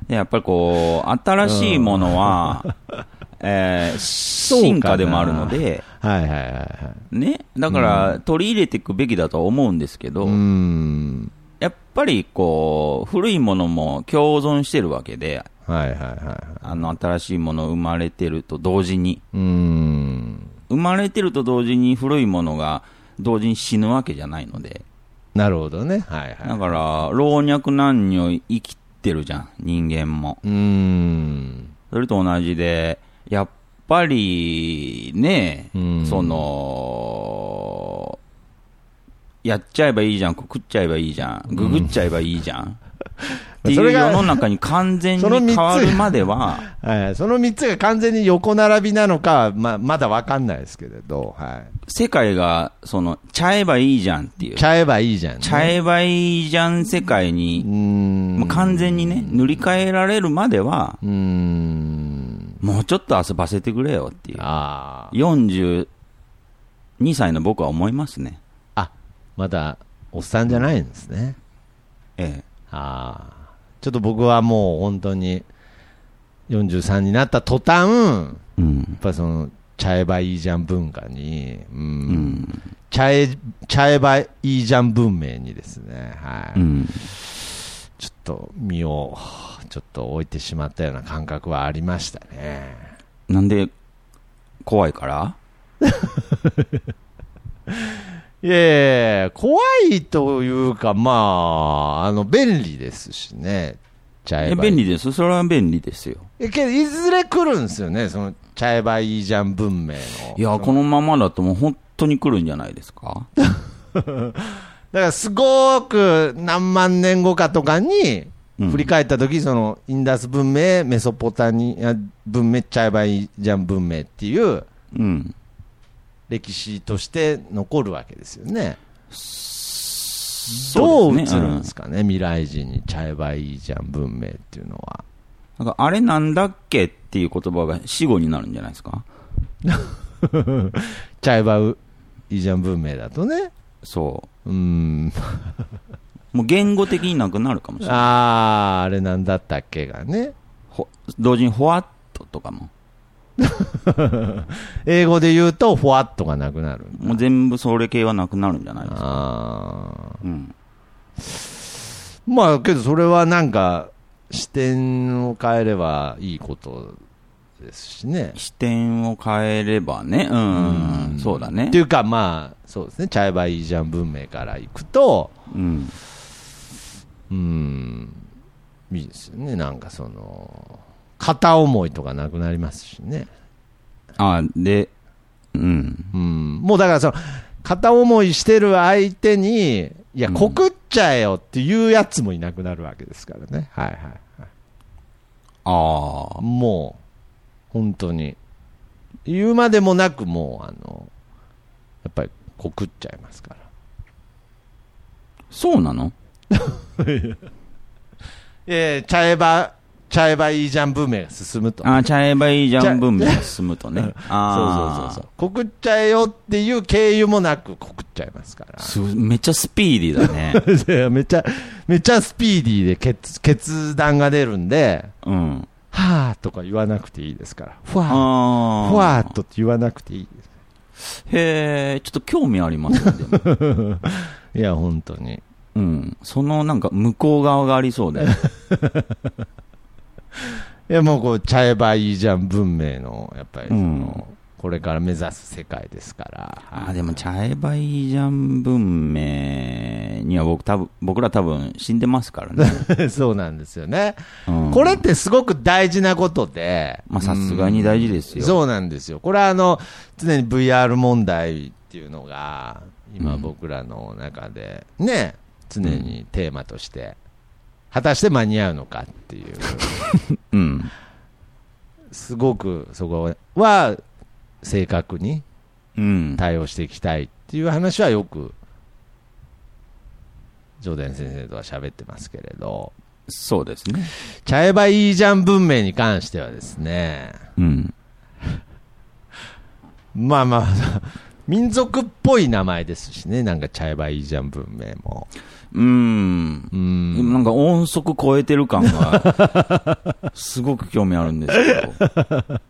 [SPEAKER 4] でやっぱりこう、新しいものは、
[SPEAKER 3] う
[SPEAKER 4] えー
[SPEAKER 3] かな
[SPEAKER 4] 進化でもあるので、
[SPEAKER 3] はいはいはいはい。
[SPEAKER 4] ね。だから、取り入れていくべきだとは思うんですけど、
[SPEAKER 3] うーん。
[SPEAKER 4] やっぱりこう、古いものも共存してるわけで、
[SPEAKER 3] はいはいはいはい。
[SPEAKER 4] あの、新しいもの生まれてると同時に、
[SPEAKER 3] うーん。
[SPEAKER 4] 生まれてると同時に古いものが同時に死ぬわけじゃないので、
[SPEAKER 3] なるほどね。はいはい。
[SPEAKER 4] だ
[SPEAKER 3] う
[SPEAKER 4] から、老若男女生きてるじゃん、人間も。
[SPEAKER 3] ーん。
[SPEAKER 4] それと同じで、やっぱり、ね
[SPEAKER 3] うん、
[SPEAKER 4] その、やっちゃえばいいじゃん、告っちゃえばいいじゃん、ググっちゃえばいいじゃん。って
[SPEAKER 3] *laughs*
[SPEAKER 4] い
[SPEAKER 3] それ
[SPEAKER 4] う
[SPEAKER 3] が
[SPEAKER 4] 世の中に完全に
[SPEAKER 3] その三つ
[SPEAKER 4] 変わるまでは、
[SPEAKER 3] はい、その3つが完全に横並びなのかは、ままだわかんないですけれど、は
[SPEAKER 4] 世界が、その、ちゃえばいいじゃんってい
[SPEAKER 3] い、
[SPEAKER 4] う
[SPEAKER 3] ち。ゃえばいいじゃん、ね、
[SPEAKER 4] ちゃえばいいじゃん世界に
[SPEAKER 3] うー、ん
[SPEAKER 4] もう完全にね、塗り替えられるまでは、
[SPEAKER 3] うーん
[SPEAKER 4] もうちょっと遊ばせてくれよっていう。
[SPEAKER 3] あー
[SPEAKER 4] 42歳の僕は思いますね。
[SPEAKER 3] あまだおっさんじゃないんですね
[SPEAKER 4] ええ。
[SPEAKER 3] ああちょっと僕はもう本当に43になった途端や
[SPEAKER 4] うん
[SPEAKER 3] っ。ぱりそのちゃえばいいじゃん文化にうん、
[SPEAKER 4] うん。
[SPEAKER 3] ちゃえちゃえばいいじゃん文明にですねはい、
[SPEAKER 4] うん。
[SPEAKER 3] ちょっと身をちょっと置いてしまったような感覚はありましたね
[SPEAKER 4] なんで、怖いから
[SPEAKER 3] いやいやいや怖いというか、まあ、あの、便利ですしね。ちゃ
[SPEAKER 4] い
[SPEAKER 3] え
[SPEAKER 4] や
[SPEAKER 3] ばいい。
[SPEAKER 4] 便利です。それは便利ですよ。
[SPEAKER 3] えけど、いずれ来るんですよね、その、ちゃえばいいじゃん文明の。
[SPEAKER 4] いや、このままだともう本当に来るんじゃないですか
[SPEAKER 3] だからすごく何万年後かとかに、
[SPEAKER 4] うん
[SPEAKER 3] 振り返った時そのインダス文明、メソポタニア文明、チャイバイジャン文明っていう
[SPEAKER 4] うん。
[SPEAKER 3] 歴史として残るわけですよね。
[SPEAKER 4] そ
[SPEAKER 3] ど
[SPEAKER 4] う
[SPEAKER 3] う
[SPEAKER 4] で
[SPEAKER 3] 映
[SPEAKER 4] すね
[SPEAKER 3] るんですかね、未来人にチャイバイジャン文明っていうのは。
[SPEAKER 4] なんかあれなんだっけっていう言葉が死語になるんじゃないですか
[SPEAKER 3] チャイバイジャン文明だとね。
[SPEAKER 4] そう
[SPEAKER 3] ーん。
[SPEAKER 4] う。もう言語的になくなるかもしれない。
[SPEAKER 3] あー、あれなんだったっけがね。
[SPEAKER 4] ほ同時にほわっととかも。
[SPEAKER 3] 英語で言うと、フォワットがなくなるんだ。
[SPEAKER 4] もう全部それ系はなくなるんじゃないですか。
[SPEAKER 3] あー
[SPEAKER 4] うん。
[SPEAKER 3] まあ、けどそれはなんか、視点を変えればいいことですしね。
[SPEAKER 4] 視点を変えればね。うん。そうだね
[SPEAKER 3] って。いうか、まあ、そうですね、チャイバイジャン文明からいくと、
[SPEAKER 4] うん。
[SPEAKER 3] うーん、いいですよね、なんかその、片思いとかなくなりますしね。
[SPEAKER 4] あ、で、うん。
[SPEAKER 3] うん、もうだからその、片思いしてる相手に、いや、
[SPEAKER 4] うん
[SPEAKER 3] 告っちゃえよっていうやつもいなくなるわけですからね。はいはいはい。
[SPEAKER 4] ああ。
[SPEAKER 3] もう、本当に。言うまでもなく、もう、あの、やっぱり告っちゃいますから。
[SPEAKER 4] そうなの
[SPEAKER 3] ええ、ちゃえば、ちゃえばいいじゃん文明が進むと。
[SPEAKER 4] あーちゃえばいいじゃん文明が進むと
[SPEAKER 3] *laughs*
[SPEAKER 4] ね。
[SPEAKER 3] そう
[SPEAKER 4] あ
[SPEAKER 3] そう
[SPEAKER 4] あ。
[SPEAKER 3] そうそう。告っちゃえよっていう経由もなく告っちゃいますから。
[SPEAKER 4] すめっちゃスピーディーだね。
[SPEAKER 3] いやめっちゃ、めっちゃスピーディーで決決断が出るんで、
[SPEAKER 4] うん。
[SPEAKER 3] はぁとか言わなくていいですから。ふわ
[SPEAKER 4] あ
[SPEAKER 3] ー
[SPEAKER 4] あ。
[SPEAKER 3] ふわーっとって言わなくていいです。
[SPEAKER 4] へえ、ちょっと興味ありま
[SPEAKER 3] *laughs*
[SPEAKER 4] すね、でも。
[SPEAKER 3] いや、本当に。
[SPEAKER 4] うん。そのなんか向こう側がありそうだよね。
[SPEAKER 3] いや、もうこう、ちゃえばいいじゃん、文明の、やっぱりその、
[SPEAKER 4] うん
[SPEAKER 3] これから目指す世界ですから。
[SPEAKER 4] あーでも、ちゃえばいいじゃん文明には僕多分、僕ら多分死んでますからね。
[SPEAKER 3] *laughs* そうなんですよね。
[SPEAKER 4] うん
[SPEAKER 3] *laughs* これってすごく大事なことで。
[SPEAKER 4] まあさすがに大事ですよ
[SPEAKER 3] うんそうなんですよ。これはあの、常に VR 問題っていうのが、今
[SPEAKER 4] うん
[SPEAKER 3] 僕らの中で、ね、常にテーマとして、果たして間に合うのかっていう、
[SPEAKER 4] うん。
[SPEAKER 3] すごくそこは正確に
[SPEAKER 4] うん。
[SPEAKER 3] 対応していきたいっていう話はよく、上田先生とは喋ってますけれど、
[SPEAKER 4] そうですね。
[SPEAKER 3] ちゃえばいいじゃん文明に関してはですね、
[SPEAKER 4] うん。
[SPEAKER 3] まあまあ、民族っぽい名前ですしね、なんかちゃえばいいじゃん文明も。
[SPEAKER 4] うん。
[SPEAKER 3] うん。
[SPEAKER 4] なんか音速超えてる感が、
[SPEAKER 3] *laughs*
[SPEAKER 4] すごく興味あるんですけど。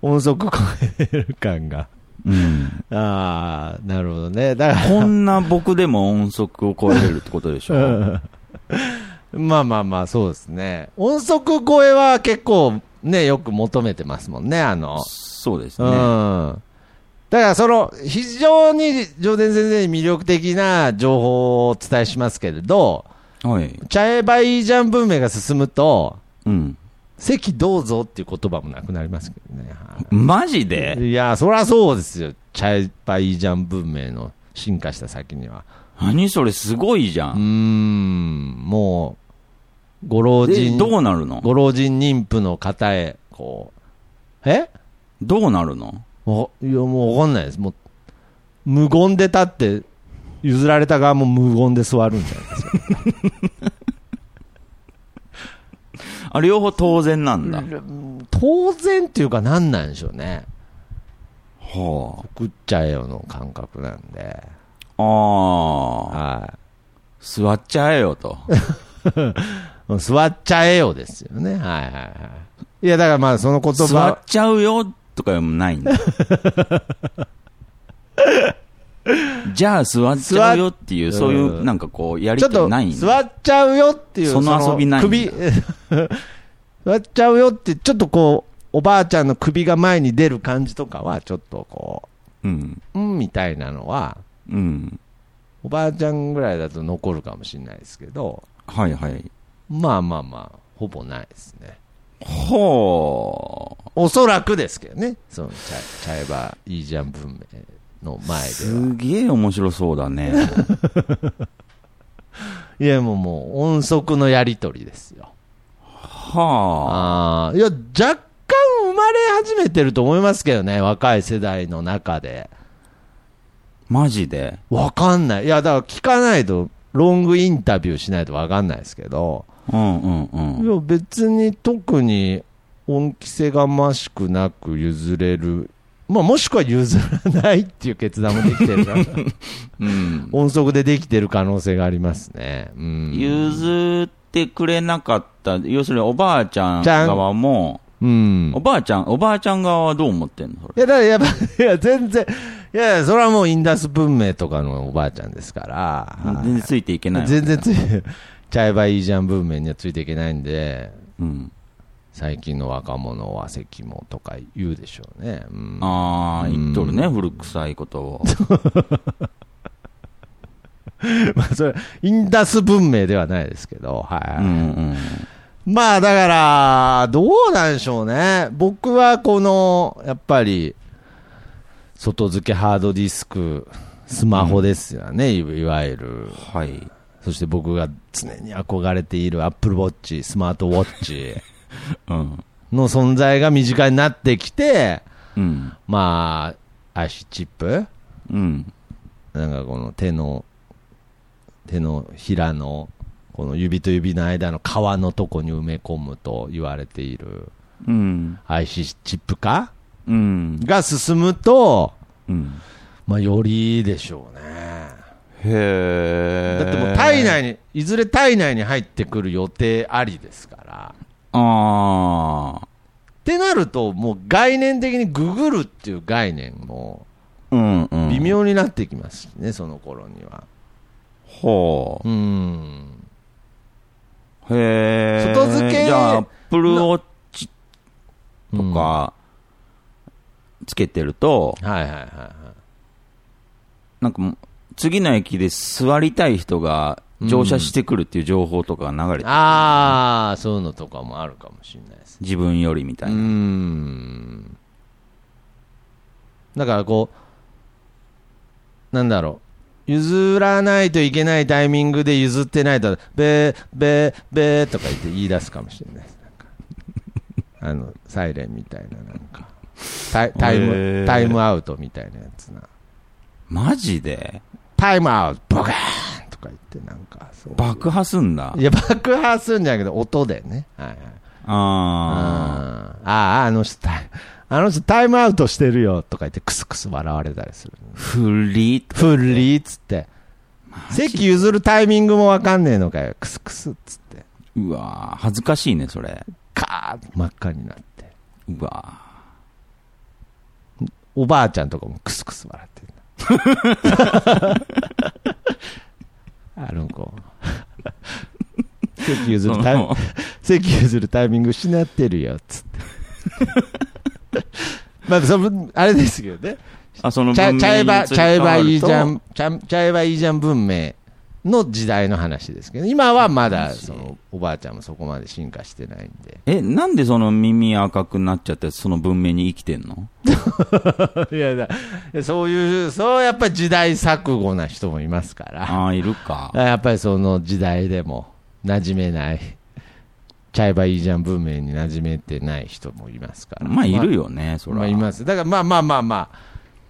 [SPEAKER 3] 音速超えてる感が。
[SPEAKER 4] うん。
[SPEAKER 3] ああ、なるほどね。だか
[SPEAKER 4] こんな僕でも音速を超えれるってことでしょ。
[SPEAKER 3] ら、まあまあまあ、そうですね。音速超えは結構ね、よく求めてますもんね、あの。
[SPEAKER 4] そうです
[SPEAKER 3] うん。
[SPEAKER 4] ね。
[SPEAKER 3] だからその、非常に上田先生に魅力的な情報をお伝えしますけれど、
[SPEAKER 4] はい。
[SPEAKER 3] ちゃえばいいじゃん文明が進むと、
[SPEAKER 4] うん。
[SPEAKER 3] 席どうぞっていう言葉もなくなりますけどね。
[SPEAKER 4] マジで
[SPEAKER 3] いや、そりゃそうですよ。チャイバイジャン文明の進化した先には。
[SPEAKER 4] 何それすごいじゃ
[SPEAKER 3] うー
[SPEAKER 4] ん。
[SPEAKER 3] ん、もう、ご老
[SPEAKER 4] え
[SPEAKER 3] 人、
[SPEAKER 4] どうなるの
[SPEAKER 3] ご老人妊婦の方へ、こう、え
[SPEAKER 4] どうなるの
[SPEAKER 3] おいや、もうわかんないです。もう、無言で立って、譲られた側も無言で座るんじゃないですか。
[SPEAKER 4] あ、両方当然なんだ。
[SPEAKER 3] 当然っていうか何なんでしょうね。
[SPEAKER 4] は
[SPEAKER 3] 食っちゃえよの感覚なんで。
[SPEAKER 4] あ。ああ。
[SPEAKER 3] はい。
[SPEAKER 4] 座っちゃえよと。
[SPEAKER 3] 座っちゃえよですよね。はいはいはい。いや、だからまあ、その言
[SPEAKER 4] 座っ
[SPEAKER 3] 葉、
[SPEAKER 4] ちゃうよとかもない
[SPEAKER 3] *laughs*
[SPEAKER 4] んだ。じゃあ座っちゃうよっていう、
[SPEAKER 3] 座っ
[SPEAKER 4] そういううんなんかこう、やり
[SPEAKER 3] ちょ
[SPEAKER 4] と
[SPEAKER 3] っ
[SPEAKER 4] り
[SPEAKER 3] と
[SPEAKER 4] ないん
[SPEAKER 3] 座
[SPEAKER 4] だ。
[SPEAKER 3] っちゃうよっていう、
[SPEAKER 4] その遊びないんだ
[SPEAKER 3] 首、 *laughs* 座っちゃうよって、ちょっとこう、おばあちゃんの首が前に出る感じとかは、ちょっとこ
[SPEAKER 4] うん。
[SPEAKER 3] う、うんみたいなのは、
[SPEAKER 4] うん。
[SPEAKER 3] おばあちゃんぐらいだと残るかもしれないですけど、
[SPEAKER 4] はいはい。
[SPEAKER 3] まあまあまあ、ほぼないですね。
[SPEAKER 4] ほう。
[SPEAKER 3] おそらくですけどね、そのちゃちゃえばいいじゃん文明の前では。
[SPEAKER 4] すげえ面白そうだ
[SPEAKER 3] *laughs*
[SPEAKER 4] ね。
[SPEAKER 3] いや、もうもう音速のやりとりですよ。
[SPEAKER 4] は
[SPEAKER 3] あ
[SPEAKER 4] あ。
[SPEAKER 3] あ、いや、若干生まれ始めてると思いますけどね、若い世代の中で。
[SPEAKER 4] マジで。
[SPEAKER 3] わかんない。いや、だから聞かないと、ロングインタビューしないとわかんないですけど、
[SPEAKER 4] うんうんう
[SPEAKER 3] い
[SPEAKER 4] ん。
[SPEAKER 3] や、別に特に恩着せがましくなく譲れる。まあ、もしくは譲らないっていう決断もできてるから、
[SPEAKER 4] *laughs* うん、
[SPEAKER 3] 音速でできてる可能性がありますね。うん。
[SPEAKER 4] 譲ってくれなかった。要するにおばあちゃん
[SPEAKER 3] ちゃん
[SPEAKER 4] 側も、
[SPEAKER 3] うん
[SPEAKER 4] お。ばあちゃん、おばあちゃん側はどう思ってんのそ
[SPEAKER 3] い
[SPEAKER 4] れ。
[SPEAKER 3] や、だからやっぱ、いや、全然、いやいや、それはもうインダス文明とかのおばあちゃんですから、はい
[SPEAKER 4] 全然ついていけないわけだ
[SPEAKER 3] 全然ついて、ちゃえばいいじゃん文明にはついていけないんで、
[SPEAKER 4] うん。
[SPEAKER 3] 最近の若者は赤もとか言うでしょうね。うん、
[SPEAKER 4] ああ、言っとるね、
[SPEAKER 3] う
[SPEAKER 4] 古臭いことを。
[SPEAKER 3] まあ、それ、インダス文明ではないですけど、はい。
[SPEAKER 4] *laughs* うんうん。
[SPEAKER 3] まあだから、どうなんでしょうね。僕はこの、やっぱり、外付けハードディスク、スマホですよね、いいわゆる。
[SPEAKER 4] はい。
[SPEAKER 3] そして僕が常に憧れているアップルウォッチ、スマートウォッチ
[SPEAKER 4] うん。
[SPEAKER 3] の存在が身近になってきて、
[SPEAKER 4] うん。
[SPEAKER 3] まあ、IC チップ
[SPEAKER 4] うん。
[SPEAKER 3] なんかこの手の、手のひらの、この指と指の間の皮のとこに埋め込むと言われている
[SPEAKER 4] うん。
[SPEAKER 3] IC チップ化
[SPEAKER 4] うん。
[SPEAKER 3] が進むと、
[SPEAKER 4] うん。
[SPEAKER 3] まあよりでしょうね。
[SPEAKER 4] へえ。
[SPEAKER 3] だってもう体内に、いずれ体内に入ってくる予定ありですから。
[SPEAKER 4] ああ。
[SPEAKER 3] ってなると、もう概念的にググるっていう概念も
[SPEAKER 4] うんうん。
[SPEAKER 3] 微妙になってきますしね、その頃には。
[SPEAKER 4] ほ
[SPEAKER 3] うーん。
[SPEAKER 4] う。へえ。
[SPEAKER 3] 外付け
[SPEAKER 4] じゃあ、アップルウォッチとか、つけてると、
[SPEAKER 3] はいはいはいは
[SPEAKER 4] なんかもう、次の駅で座りたい人が乗車してくるっていう情報とかが流れ
[SPEAKER 3] い。
[SPEAKER 4] て、
[SPEAKER 3] ああ、そういうのとかもあるかもしれないですね。
[SPEAKER 4] 自分よりみた
[SPEAKER 3] うー
[SPEAKER 4] いな。
[SPEAKER 3] ん。だからこう、なんだろう。譲らないといけないタイミングで譲ってないと、べー、べー、べーとか言って言い出すかもしれないです。なんかあの、サイレンみたいな、なんか。タイタイ
[SPEAKER 4] へ
[SPEAKER 3] ム、
[SPEAKER 4] ー
[SPEAKER 3] タイムアウトみたいなやつな。
[SPEAKER 4] マジで
[SPEAKER 3] タイムアウト、ボカーンとか言って、なんか、そういう
[SPEAKER 4] 爆破すんだ。
[SPEAKER 3] いや、爆破するんじゃなくて、音でね。はいはい。
[SPEAKER 4] ああ。
[SPEAKER 3] ああー、あの人タイ、あの人タイムアウトしてるよとか言って、クスクス笑われたりする。
[SPEAKER 4] フリーと
[SPEAKER 3] ふりーっつって。席譲るタイミングもわかんねえのかよ。クスクスっつって。
[SPEAKER 4] うわー恥ずかしいね、それ。
[SPEAKER 3] カーッ真っ赤になって。
[SPEAKER 4] うわ
[SPEAKER 3] おばあちゃんとかもクスクス笑ってる。
[SPEAKER 4] *laughs*
[SPEAKER 3] あの子。席譲るタイ
[SPEAKER 4] そ
[SPEAKER 3] ム
[SPEAKER 4] の、
[SPEAKER 3] 席譲るタイミング失ってるよっつって。まあ、その、あれですけどね。
[SPEAKER 4] あ、その
[SPEAKER 3] ちゃ
[SPEAKER 4] 文
[SPEAKER 3] ちゃ
[SPEAKER 4] 明
[SPEAKER 3] え
[SPEAKER 4] に
[SPEAKER 3] ば、
[SPEAKER 4] 移り
[SPEAKER 3] ちゃえ
[SPEAKER 4] 変わ
[SPEAKER 3] ば
[SPEAKER 4] ると
[SPEAKER 3] いいじゃん、ちゃんちゃえばいいじゃん文明の時代の話ですけど、今はまだ、その、おばあちゃんもそこまで進化してないんで。
[SPEAKER 4] え、なんでその耳赤くなっちゃって、その文明に生きてんの
[SPEAKER 3] *laughs* いやだ、そういう、そうやっぱり時代錯誤な人もいますから、
[SPEAKER 4] ああ、いるか。
[SPEAKER 3] やっぱりその時代でも馴染めない、ちゃえばいいじゃん文明に馴染めてない人もいますから。
[SPEAKER 4] まあ、いるよね、そ
[SPEAKER 3] まあ、まあ
[SPEAKER 4] ら。
[SPEAKER 3] います。だからまあまあまあまあ、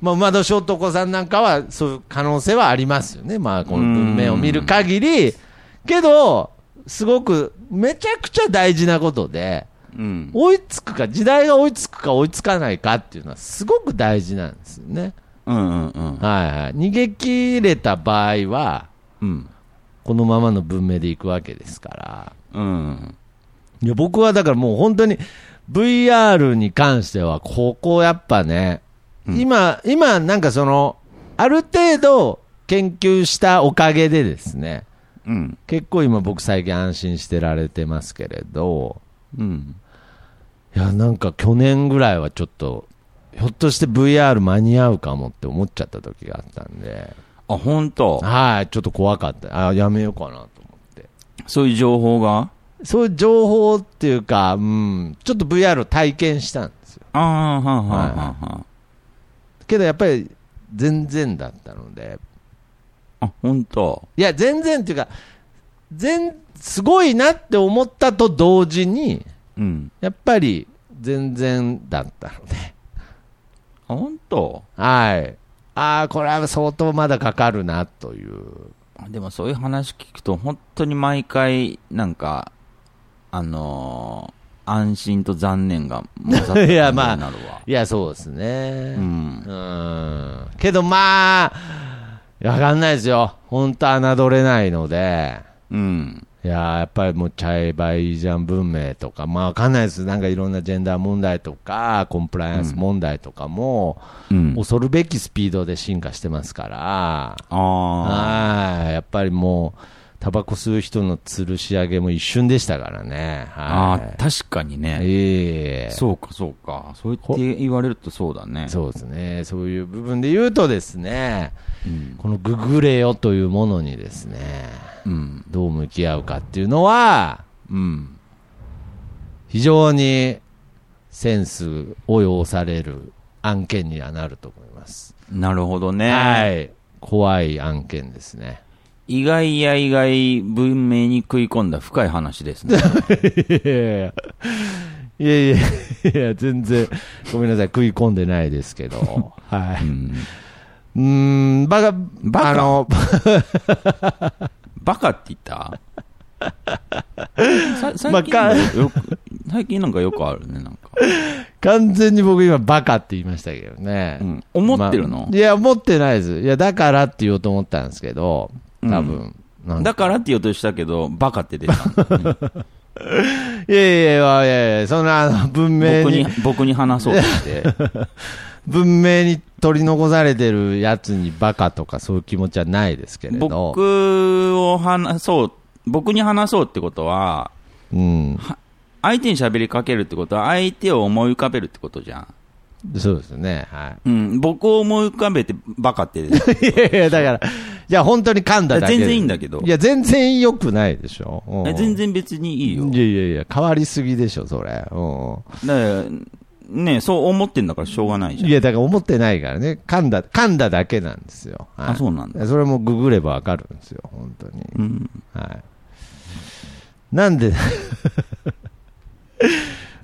[SPEAKER 3] まあ、馬年男さんなんかは、そういう可能性はありますよね。まあ、この文明を見る限り。けど、すごく、めちゃくちゃ大事なことで、
[SPEAKER 4] うん。
[SPEAKER 3] 追いつくか、時代が追いつくか追いつかないかっていうのは、すごく大事なんですよね。
[SPEAKER 4] うんうんうん。
[SPEAKER 3] はいはい。逃げ切れた場合は、
[SPEAKER 4] うん。
[SPEAKER 3] このままの文明でいくわけですから。
[SPEAKER 4] うん。
[SPEAKER 3] いや、僕はだからもう本当に VR に関しては、ここやっぱね、今、今なんかその、ある程度研究したおかげでですね、
[SPEAKER 4] うん。
[SPEAKER 3] 結構今僕最近安心してられてますけれど、
[SPEAKER 4] うん。
[SPEAKER 3] いや、なんか去年ぐらいはちょっと、ひょっとして VR 間に合うかもって思っちゃった時があったんで、
[SPEAKER 4] あ、本当。
[SPEAKER 3] はい、ちょっと怖かった。あ、やめようかなと思って。
[SPEAKER 4] そういう情報が
[SPEAKER 3] そういう情報っていうか、うん、ちょっと VR を体験したんですよ
[SPEAKER 4] ああ、はあはあはあはあ。
[SPEAKER 3] けどやっぱり全然だったので、
[SPEAKER 4] あ、本当。
[SPEAKER 3] いや、全然っていうか、全、すごいなって思ったと同時に、
[SPEAKER 4] うん。
[SPEAKER 3] やっぱり全然だったので、
[SPEAKER 4] あ、本当。
[SPEAKER 3] はい。ああ、これは相当まだかかるなという。
[SPEAKER 4] でもそういう話聞くと、本当に毎回、なんか、あのー安心と残念が、もう
[SPEAKER 3] *laughs*
[SPEAKER 4] さ
[SPEAKER 3] いやまあ
[SPEAKER 4] なるわ。
[SPEAKER 3] いや、そうですね。
[SPEAKER 4] うん
[SPEAKER 3] う。ーんけどまあ、わかんないですよ。ほんと侮れないので。
[SPEAKER 4] うん。
[SPEAKER 3] いやーやっぱりもうチャイバイジャン文明とか、まあわかんないです。なんかいろんなジェンダー問題とか、コンプライアンス問題とかも、
[SPEAKER 4] うん。
[SPEAKER 3] 恐るべきスピードで進化してますから、
[SPEAKER 4] ああ。
[SPEAKER 3] はい。やっぱりもう、タバコ吸う人の吊るし上げも一瞬でしたからね。
[SPEAKER 4] ああ
[SPEAKER 3] は
[SPEAKER 4] ー、確かに
[SPEAKER 3] い。
[SPEAKER 4] ね。
[SPEAKER 3] ええ
[SPEAKER 4] そうか、そうか。そう言って言われるとそうだね。
[SPEAKER 3] そうですね。そういう部分で言うとですね、
[SPEAKER 4] うん。
[SPEAKER 3] このググレよというものにですね、
[SPEAKER 4] うん。
[SPEAKER 3] どう向き合うかっていうのは、
[SPEAKER 4] うん。
[SPEAKER 3] 非常にセンスを要される案件にはなると思います。
[SPEAKER 4] なるほどね。
[SPEAKER 3] はい。怖い案件ですね。 *laughs*
[SPEAKER 4] 意外や意外、文明に食い込んだ深い話です
[SPEAKER 3] *laughs*
[SPEAKER 4] ね。
[SPEAKER 3] いやいやいやいやいや、全然、ごめんなさい、食い込んでないですけど。は
[SPEAKER 4] う
[SPEAKER 3] い。
[SPEAKER 4] ん
[SPEAKER 3] うーん、バカ、
[SPEAKER 4] バカ
[SPEAKER 3] あ
[SPEAKER 4] *laughs*
[SPEAKER 3] の、
[SPEAKER 4] バカって言ったさ最
[SPEAKER 3] バ
[SPEAKER 4] 近
[SPEAKER 3] カ
[SPEAKER 4] なんかよく、最近なんかよくあるね、なんか。
[SPEAKER 3] 完全に僕今バカって言いましたけどね。
[SPEAKER 4] うん思ってる
[SPEAKER 3] ま
[SPEAKER 4] の
[SPEAKER 3] あいや、思ってないです。いや、だからって言おうと思ったんですけど、多分。なん
[SPEAKER 4] だからって言おうとしたけど、バカって出
[SPEAKER 3] *laughs*
[SPEAKER 4] たんだね
[SPEAKER 3] いやいやいやいやいや、そんなあの文明
[SPEAKER 4] 僕
[SPEAKER 3] に
[SPEAKER 4] に、僕に話そうとして。
[SPEAKER 3] *laughs* 文明に取り残されてるやつにバカとかそういう気持ちはないです *laughs* けれど。
[SPEAKER 4] 僕を話そう、僕に話そうってことは、
[SPEAKER 3] うん。
[SPEAKER 4] 相手に喋りかけるってことは、相手を思い浮かべるってことじゃん。
[SPEAKER 3] そうですね。は
[SPEAKER 4] うん、僕を思い浮かべてバカって出た。
[SPEAKER 3] い。いやいや、だから、いや、本当に噛ん *laughs* だだけで
[SPEAKER 4] 全然いいんだけど
[SPEAKER 3] いや、全然良くないでしょ。うん
[SPEAKER 4] え全然別にいいよ。
[SPEAKER 3] いやいやいや、変わりすぎでしょ、それ。うん。
[SPEAKER 4] だからねそう思ってんだからしょうがないじゃん。
[SPEAKER 3] いや、だから思ってないからね、噛んだ、噛んだだけなんですよ。はい
[SPEAKER 4] あそうなんだ
[SPEAKER 3] それもググればわかるんですよ、本当に。
[SPEAKER 4] うん。
[SPEAKER 3] はい。なんで、 *laughs*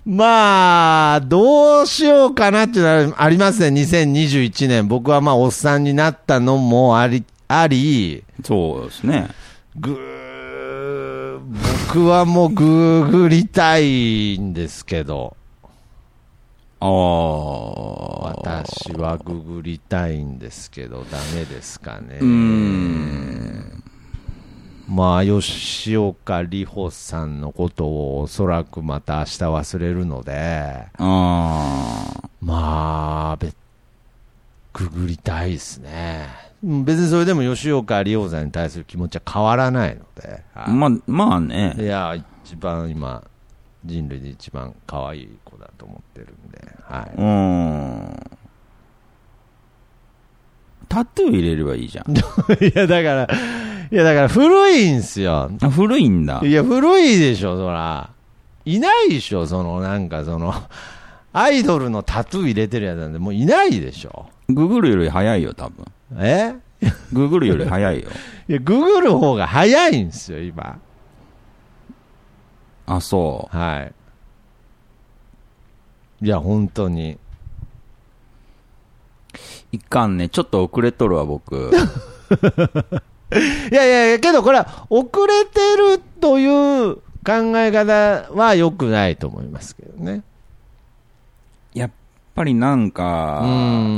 [SPEAKER 3] まあ、どうしようかなっていうのはありますね、2021年。僕はまあ、おっさんになったのもあり、あり、
[SPEAKER 4] そうですね。
[SPEAKER 3] ぐー僕はもうググりたいんですけど。
[SPEAKER 4] ああ。
[SPEAKER 3] 私はググりたいんですけど、ダメですかね。
[SPEAKER 4] うーん。
[SPEAKER 3] まあ、吉岡里帆さんのことをおそらくまた明日忘れるので、
[SPEAKER 4] あ
[SPEAKER 3] まあ、べググりたいですね。うん別にそれでも吉岡里帆さんに対する気持ちは変わらないので、
[SPEAKER 4] あ。
[SPEAKER 3] は
[SPEAKER 4] ま、まあ
[SPEAKER 3] い、い
[SPEAKER 4] ね。
[SPEAKER 3] や、一番今、人類で一番可愛い子だと思ってるんで、は
[SPEAKER 4] うーん。タトゥー入れればいいじゃん。
[SPEAKER 3] *laughs* い。いや、だから、いや、だから古いんすよ。
[SPEAKER 4] あ古いんだ。
[SPEAKER 3] いや、古いでしょ、そら。いないでしょ、その、なんかその、アイドルのタトゥー入れてるやつなんて、もういないでしょ。
[SPEAKER 4] ググるより早いよ、多分。
[SPEAKER 3] え
[SPEAKER 4] ググるより早
[SPEAKER 3] *laughs*
[SPEAKER 4] いよ。
[SPEAKER 3] いや、ググる方が早いんですよ、今。
[SPEAKER 4] あ、そ
[SPEAKER 3] はい。いや、本当に。
[SPEAKER 4] う。いかんね。ちょっと遅れとる
[SPEAKER 3] *laughs*
[SPEAKER 4] わ、僕。
[SPEAKER 3] いやいやいや、けどこれは、遅れてるという考え方は良くないと思いますけどね。
[SPEAKER 4] やっぱりなんか
[SPEAKER 3] うー、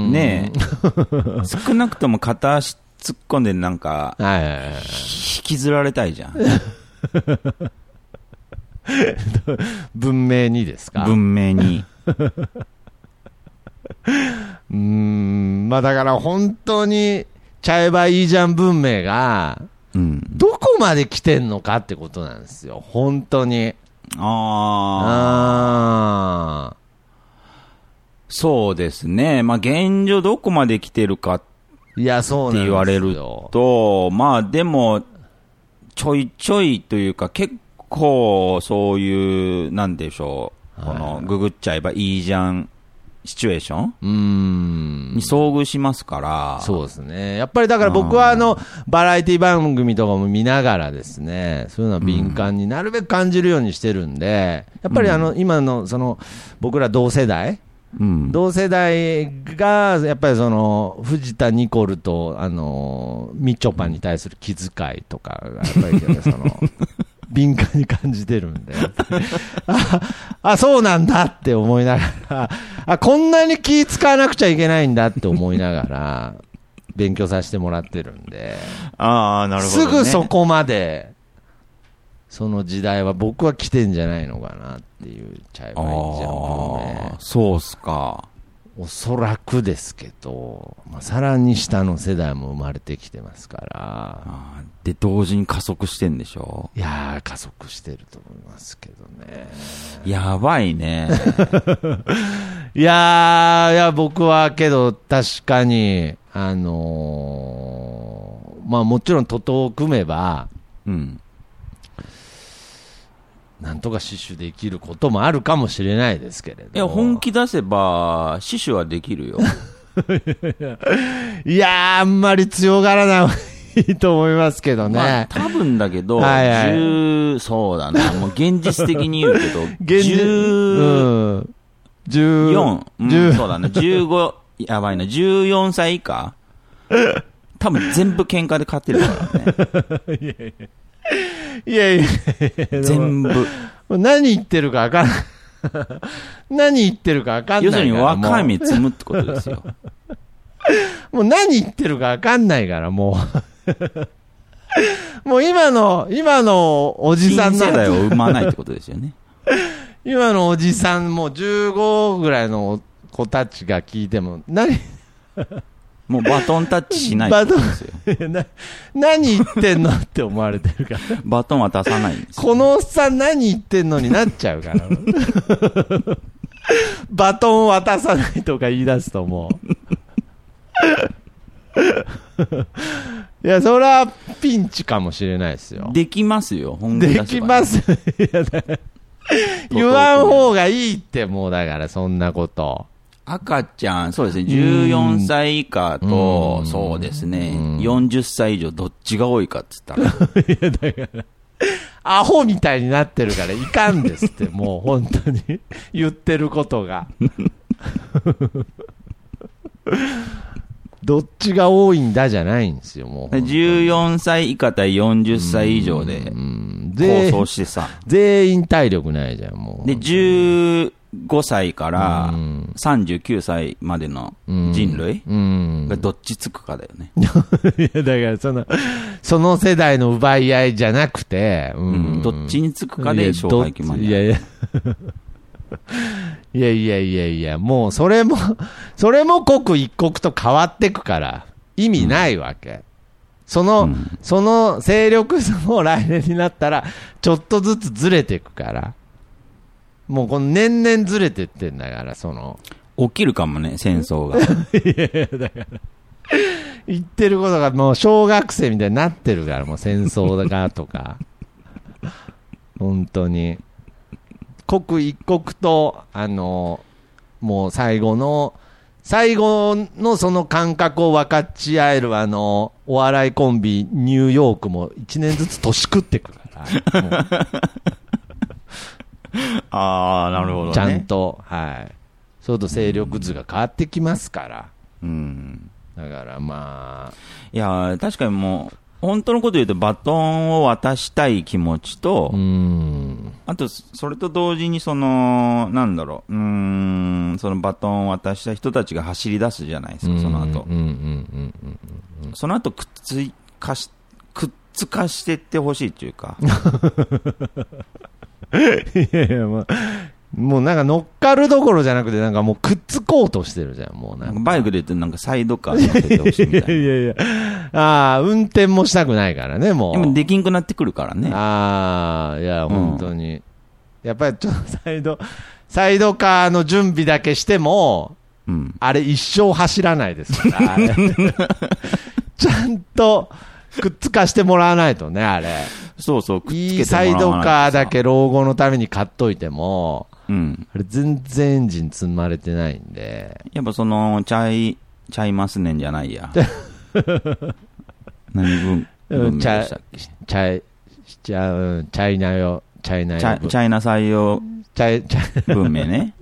[SPEAKER 3] ん
[SPEAKER 4] ねえ少なくとも片足突っ込んでなんか、
[SPEAKER 3] はいはいはい。
[SPEAKER 4] 引きずられたいじゃん。
[SPEAKER 3] 文明にですか
[SPEAKER 4] 文明に。
[SPEAKER 3] うーん、まあだから本当に、ちゃえばいいじゃん文明が、
[SPEAKER 4] うん。
[SPEAKER 3] どこまで来てんのかってことなんですよ、本当に。
[SPEAKER 4] あ
[SPEAKER 3] あ
[SPEAKER 4] あ、そうですね。まあ、現状どこまで来てるかっ
[SPEAKER 3] ーいや、そう
[SPEAKER 4] て
[SPEAKER 3] なんですよ。
[SPEAKER 4] 言われると、まあ、でも、ちょいちょいというか、結構、そういう、なんでしょう。この、ググっちゃえばいいじゃんシチュエーション
[SPEAKER 3] うーん。
[SPEAKER 4] に遭遇しますから、
[SPEAKER 3] そうですね。やっぱりだから僕はあの、バラエティ番組とかも見ながらですね、そういうのは敏感になるべく感じるようにしてるんで、やっぱりあの、今のその、僕ら同世代
[SPEAKER 4] うん、
[SPEAKER 3] 同世代が、やっぱりその、藤田ニコルと、あの、みちょぱに対する気遣いとかが、やっぱりね、そ
[SPEAKER 4] *laughs*
[SPEAKER 3] の、敏感に感じてるんで、あ、あそうなんだって思いながら、あ、こんなに気使わなくちゃいけないんだって思いながら、勉強させてもらってるんで、
[SPEAKER 4] ああ、なるほ
[SPEAKER 3] す
[SPEAKER 4] ど、ね。
[SPEAKER 3] ぐそ。こまで、その時代は僕は来てんじゃないのかなっていうちゃい
[SPEAKER 4] あ
[SPEAKER 3] ばいんじゃもうね
[SPEAKER 4] あ、。そうっすか。
[SPEAKER 3] おそらくですけど、まあ、さらに下の世代も生まれてきてますから、
[SPEAKER 4] あーで、同時に加速してんでしょ
[SPEAKER 3] いやー、加速してると思いますけどね。
[SPEAKER 4] やばいね。
[SPEAKER 3] いやー、いや、僕はけど、確かに、あのーまあもちろん、徒党を組めば、
[SPEAKER 4] *laughs* うん。
[SPEAKER 3] なんとか死守できることもあるかもしれないですけれど。
[SPEAKER 4] いや、本気出せば、死守はでき *laughs* るよ。
[SPEAKER 3] いやー、あんまり強がらない方がい *laughs* いと思いますけどね。
[SPEAKER 4] まあ、多分だけど、
[SPEAKER 3] はいはい
[SPEAKER 4] 10そうだ
[SPEAKER 3] *laughs*
[SPEAKER 4] な、もう現実的に言うけど、
[SPEAKER 3] 現実
[SPEAKER 4] 14、
[SPEAKER 3] うん。14。
[SPEAKER 4] うん、そうだね、15、やばいな、14歳以下多分全部喧嘩で勝ってる
[SPEAKER 3] *laughs*
[SPEAKER 4] から
[SPEAKER 3] いやい
[SPEAKER 4] ね。
[SPEAKER 3] やいや
[SPEAKER 4] 全部。
[SPEAKER 3] もう何言ってるかわからん。 *laughs* 何言ってるかわかんない
[SPEAKER 4] 要
[SPEAKER 3] か
[SPEAKER 4] す
[SPEAKER 3] ら。
[SPEAKER 4] るに
[SPEAKER 3] もう
[SPEAKER 4] 若い目積むってことですよ。
[SPEAKER 3] もう何言ってるかわかんないから、も *laughs* う。もう今の、今のおじ
[SPEAKER 4] 新
[SPEAKER 3] さん
[SPEAKER 4] 世代
[SPEAKER 3] の、
[SPEAKER 4] を生まないってことですよね。
[SPEAKER 3] 今のおじさん、もう15ぐらいの子たちが聞いても、何、 *laughs*
[SPEAKER 4] もうバトンタッチしないってことですよ。
[SPEAKER 3] な何言ってんのって思われてるから。
[SPEAKER 4] バトンは出さないんですよ
[SPEAKER 3] このおっさん何言ってんのになっちゃうから。バトン渡さないとか言い出すともう。いや、それはピンチかもしれないですよ。
[SPEAKER 4] できますよ、本気出せ
[SPEAKER 3] で
[SPEAKER 4] ば
[SPEAKER 3] きます。いやだ言わん方がいいって、もうだから、そんなこと。
[SPEAKER 4] 赤ちゃん、そうですね、14歳以下
[SPEAKER 3] う
[SPEAKER 4] と、
[SPEAKER 3] ん
[SPEAKER 4] そうですね
[SPEAKER 3] うん、
[SPEAKER 4] 40歳以上、どっちが多いかって言ったら、
[SPEAKER 3] アホみたいになってるから、いかんですっ
[SPEAKER 4] *laughs*
[SPEAKER 3] て、もう本当に言ってることが。どっちが多いんだじゃないんですよ、もう。
[SPEAKER 4] 14歳以下対40歳以上で
[SPEAKER 3] うん
[SPEAKER 4] 構
[SPEAKER 3] 全
[SPEAKER 4] 想してさ、
[SPEAKER 3] 全員体力ないじゃん、もう。
[SPEAKER 4] で、15歳から
[SPEAKER 3] うん
[SPEAKER 4] 39歳までの人類
[SPEAKER 3] うん。
[SPEAKER 4] *laughs* がどっちつくかだよね。
[SPEAKER 3] いや、だからその、その世代の奪い合いじゃなくて、う
[SPEAKER 4] うん
[SPEAKER 3] ん。
[SPEAKER 4] どっちにつくかで勝敗決ま
[SPEAKER 3] いや
[SPEAKER 4] る。
[SPEAKER 3] いや。 *laughs* いやいやいやいや、もうそれも、 *laughs* それも刻一刻と変わってくから、意味ないわけ。その、
[SPEAKER 4] うん
[SPEAKER 3] その勢力図も来年になったら、ちょっとずつずれていくから。もうこの年々ずれてってんだから、その、
[SPEAKER 4] 起きるかもね、戦争が。
[SPEAKER 3] *laughs* 言ってることがもう小学生みたいになってるから、もう戦争がと
[SPEAKER 4] *laughs*
[SPEAKER 3] か。本当に。刻一刻と、あの、もう最後の、最後のその感覚を分かち合えるあの、お笑いコンビ、ニューヨークも一年ずつ年食ってくから、もう
[SPEAKER 4] ああ、なるほ
[SPEAKER 3] ちゃん。と、はい。そうと勢力図が変わってきますから。
[SPEAKER 4] うん
[SPEAKER 3] だからまあ、
[SPEAKER 4] いやー、確かにもう、本当のこと言うと、バトンを渡したい気持ちと、
[SPEAKER 3] うーん。
[SPEAKER 4] あと、それと同時に、その、なんだろう、うーん、そのバトンを渡した人たちが走り出すじゃないですか、その後
[SPEAKER 3] うん。うんうんうんうん。
[SPEAKER 4] その後、くっついかし、くっつかしてってほしいっていう
[SPEAKER 3] *laughs*
[SPEAKER 4] か、
[SPEAKER 3] いやいや、まあ、もうなんか乗っかるどころじゃなくて、なんかもうくっつこうとしてるじゃん、もうなんか。
[SPEAKER 4] バイクで言うとなんかサイドカーに乗せてほしいみ
[SPEAKER 3] *laughs*
[SPEAKER 4] たいな。
[SPEAKER 3] やいや。ああ、運転もしたくないからね、もう。
[SPEAKER 4] でもできんくなってくるからね。
[SPEAKER 3] ああ、いや、本当に。やっぱりちょっとサイド、サイドカーの準備だけしても、
[SPEAKER 4] うん。
[SPEAKER 3] あれ一生走らないですから、あ *laughs* れちゃんとくっつかしてもらわないとね、あれ。
[SPEAKER 4] そうそう、くっつけてもらわない
[SPEAKER 3] いいサイドカーだけ老後のために買っといても、
[SPEAKER 4] うん。
[SPEAKER 3] あれ全然エンジン積まれてないんで、
[SPEAKER 4] やっぱその、ちゃい、ちゃいますねんじゃな
[SPEAKER 3] *laughs*
[SPEAKER 4] いや。何分、文明
[SPEAKER 3] ちゃ
[SPEAKER 4] で
[SPEAKER 3] い
[SPEAKER 4] したっけ
[SPEAKER 3] チャイ、チャうんチャイナよ、チャイナよ、
[SPEAKER 4] チャイチャイナ採用
[SPEAKER 3] チャイチャイ
[SPEAKER 4] 文明ね。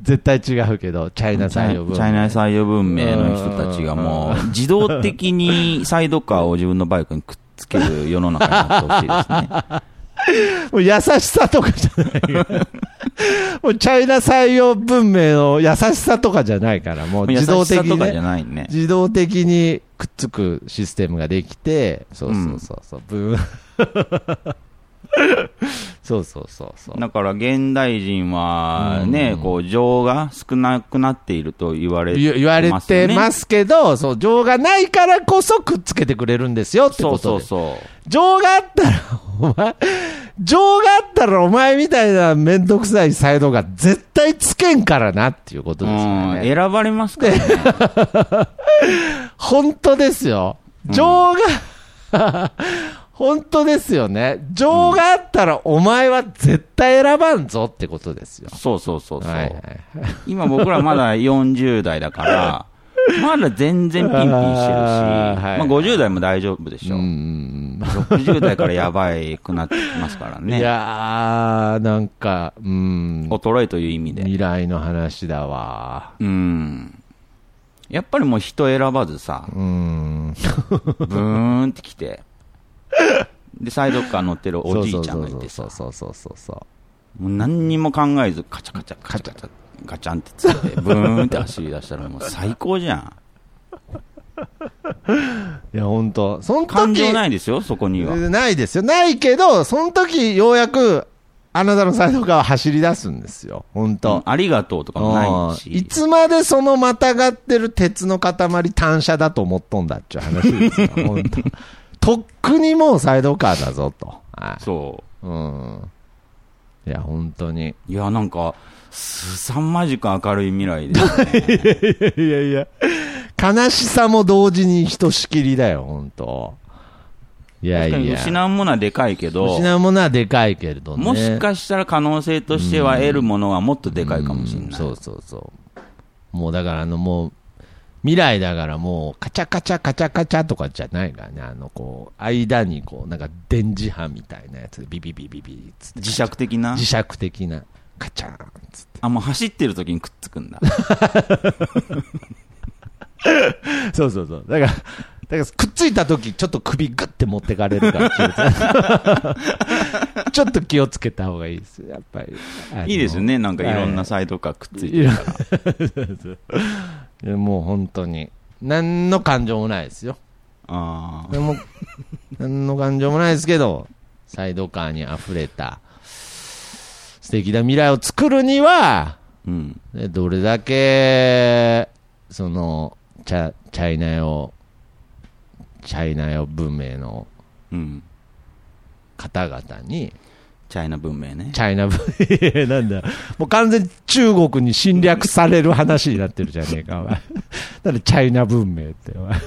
[SPEAKER 3] 絶対違うけど、チャ
[SPEAKER 4] チ
[SPEAKER 3] イナ採用文
[SPEAKER 4] チャイナ採用文明の人たちがもう、自動的にサイドカーを自分のバイクにくっつける世の中になってほしいですね。
[SPEAKER 3] もう優しさとかじゃないから
[SPEAKER 4] *laughs*
[SPEAKER 3] もうチャイナ採用文明の優しさとかじゃないから、もう
[SPEAKER 4] 優し
[SPEAKER 3] *laughs* 自動的
[SPEAKER 4] さと
[SPEAKER 3] に、
[SPEAKER 4] かじゃ
[SPEAKER 3] ね、
[SPEAKER 4] ないね。
[SPEAKER 3] 自動的にくっつくシステムができて、そうそうそうそう、ブーン *laughs* そうそうそうそう。
[SPEAKER 4] だから現代人はね、
[SPEAKER 3] うん
[SPEAKER 4] こう情が少なくなっていると言われて
[SPEAKER 3] 言言われてま。すけど、そう、情がないからこそくっつけてくれるんですよって
[SPEAKER 4] そ
[SPEAKER 3] こ
[SPEAKER 4] うそ
[SPEAKER 3] と
[SPEAKER 4] う
[SPEAKER 3] で。
[SPEAKER 4] そう。
[SPEAKER 3] 情があったら、お前、情があったらお前みたいなめんどくさいサイドが絶対つけんからなっていうことですよ
[SPEAKER 4] うん、
[SPEAKER 3] ね。
[SPEAKER 4] 選ばれますからね。
[SPEAKER 3] 本当ですよ。情が、 *laughs* 本当ですよね。情があったらお前は絶対選ばんぞってことですよ。
[SPEAKER 4] そうそうそうそう、
[SPEAKER 3] はいはい
[SPEAKER 4] 今僕ら
[SPEAKER 3] *laughs*
[SPEAKER 4] まだ40代だから、まだ全然ピンピンしてるし、
[SPEAKER 3] あーはい
[SPEAKER 4] まあ、50代も大丈夫でしょ、
[SPEAKER 3] うん
[SPEAKER 4] 60代からやばいくなってきますか
[SPEAKER 3] *laughs*
[SPEAKER 4] ら
[SPEAKER 3] い
[SPEAKER 4] ね。
[SPEAKER 3] やー、なんか、うん、
[SPEAKER 4] 衰えという意味で。
[SPEAKER 3] 未来の話だわ。
[SPEAKER 4] うん。やっぱりもう人選ばずさ、
[SPEAKER 3] うん。
[SPEAKER 4] ブーンって
[SPEAKER 3] *laughs*
[SPEAKER 4] 来て、で、サイドカー乗ってるおじいちゃんがいてさ、
[SPEAKER 3] そうそうそうそうそう。
[SPEAKER 4] もう何にも考えず、カチャカチャカチャカチャ、ガチャンってつって、ブーンって走り出したらもう最高じゃん。
[SPEAKER 3] いや、本当その時
[SPEAKER 4] 感情ないですよ、そこには。
[SPEAKER 3] ないですよ。ないけど、その時、ようやく、あなたのサイドカーは走り出すんですよ。本
[SPEAKER 4] うん
[SPEAKER 3] 当、
[SPEAKER 4] ありがとうとかも
[SPEAKER 3] うん
[SPEAKER 4] ないし。
[SPEAKER 3] いつまでそのまたがってる鉄の塊、単車だと思っとんだっちゅう話 *laughs* ですよ。本当とっくにもうサイドカーだぞと。は
[SPEAKER 4] そ
[SPEAKER 3] い。うん。いや、本当に。
[SPEAKER 4] う。いや、なんか、すさまじく明るい未来ですね。
[SPEAKER 3] いやいや、悲しさも同時にひとしきりだよ、本当いや
[SPEAKER 4] 確
[SPEAKER 3] い
[SPEAKER 4] かに
[SPEAKER 3] や。
[SPEAKER 4] 失うものはでかいけど、
[SPEAKER 3] 失うものはでかいけれどね。
[SPEAKER 4] もしかしたら可能性としては得るものはもっとでかいかもしれ
[SPEAKER 3] うん
[SPEAKER 4] ない。
[SPEAKER 3] そうそうそう。もうだから、あの、もう、未来だからもう、カチャカチャカチャカチャとかじゃないからね、あの、こう、間にこう、なんか電磁波みたいなやつで、ビビビビビっつって、
[SPEAKER 4] 磁石的な
[SPEAKER 3] 磁石的な、カチャーンっつって。
[SPEAKER 4] あ、もう走ってる時にくっつくんだ。
[SPEAKER 3] そうそうそう。だから、だからくっついた時ちょっと首グッて持ってかれるから気をつ *laughs* けちょっと気をつけた方がいいです、やっぱり。あの
[SPEAKER 4] いいですよね、なんかいろん
[SPEAKER 3] は
[SPEAKER 4] なサイドカーくっついて
[SPEAKER 3] い
[SPEAKER 4] る
[SPEAKER 3] や
[SPEAKER 4] から。
[SPEAKER 3] いやもう本当に。何の感情もないですよ。
[SPEAKER 4] あー *laughs*
[SPEAKER 3] でも、何の感情もないですけど、サイドカーに溢れた、素敵な未来を作るには、
[SPEAKER 4] うん。
[SPEAKER 3] ねどれだけ、その、チャ、チャイナよ、チャイナよ文明の
[SPEAKER 4] うん。
[SPEAKER 3] 方々に、
[SPEAKER 4] チャイナ文明ね
[SPEAKER 3] チ。ャイナ文明、いやなんだ、もう完全に中国に侵略される話になってるじゃねえか、お前。 *laughs* なんでチャイナ文明って、お前。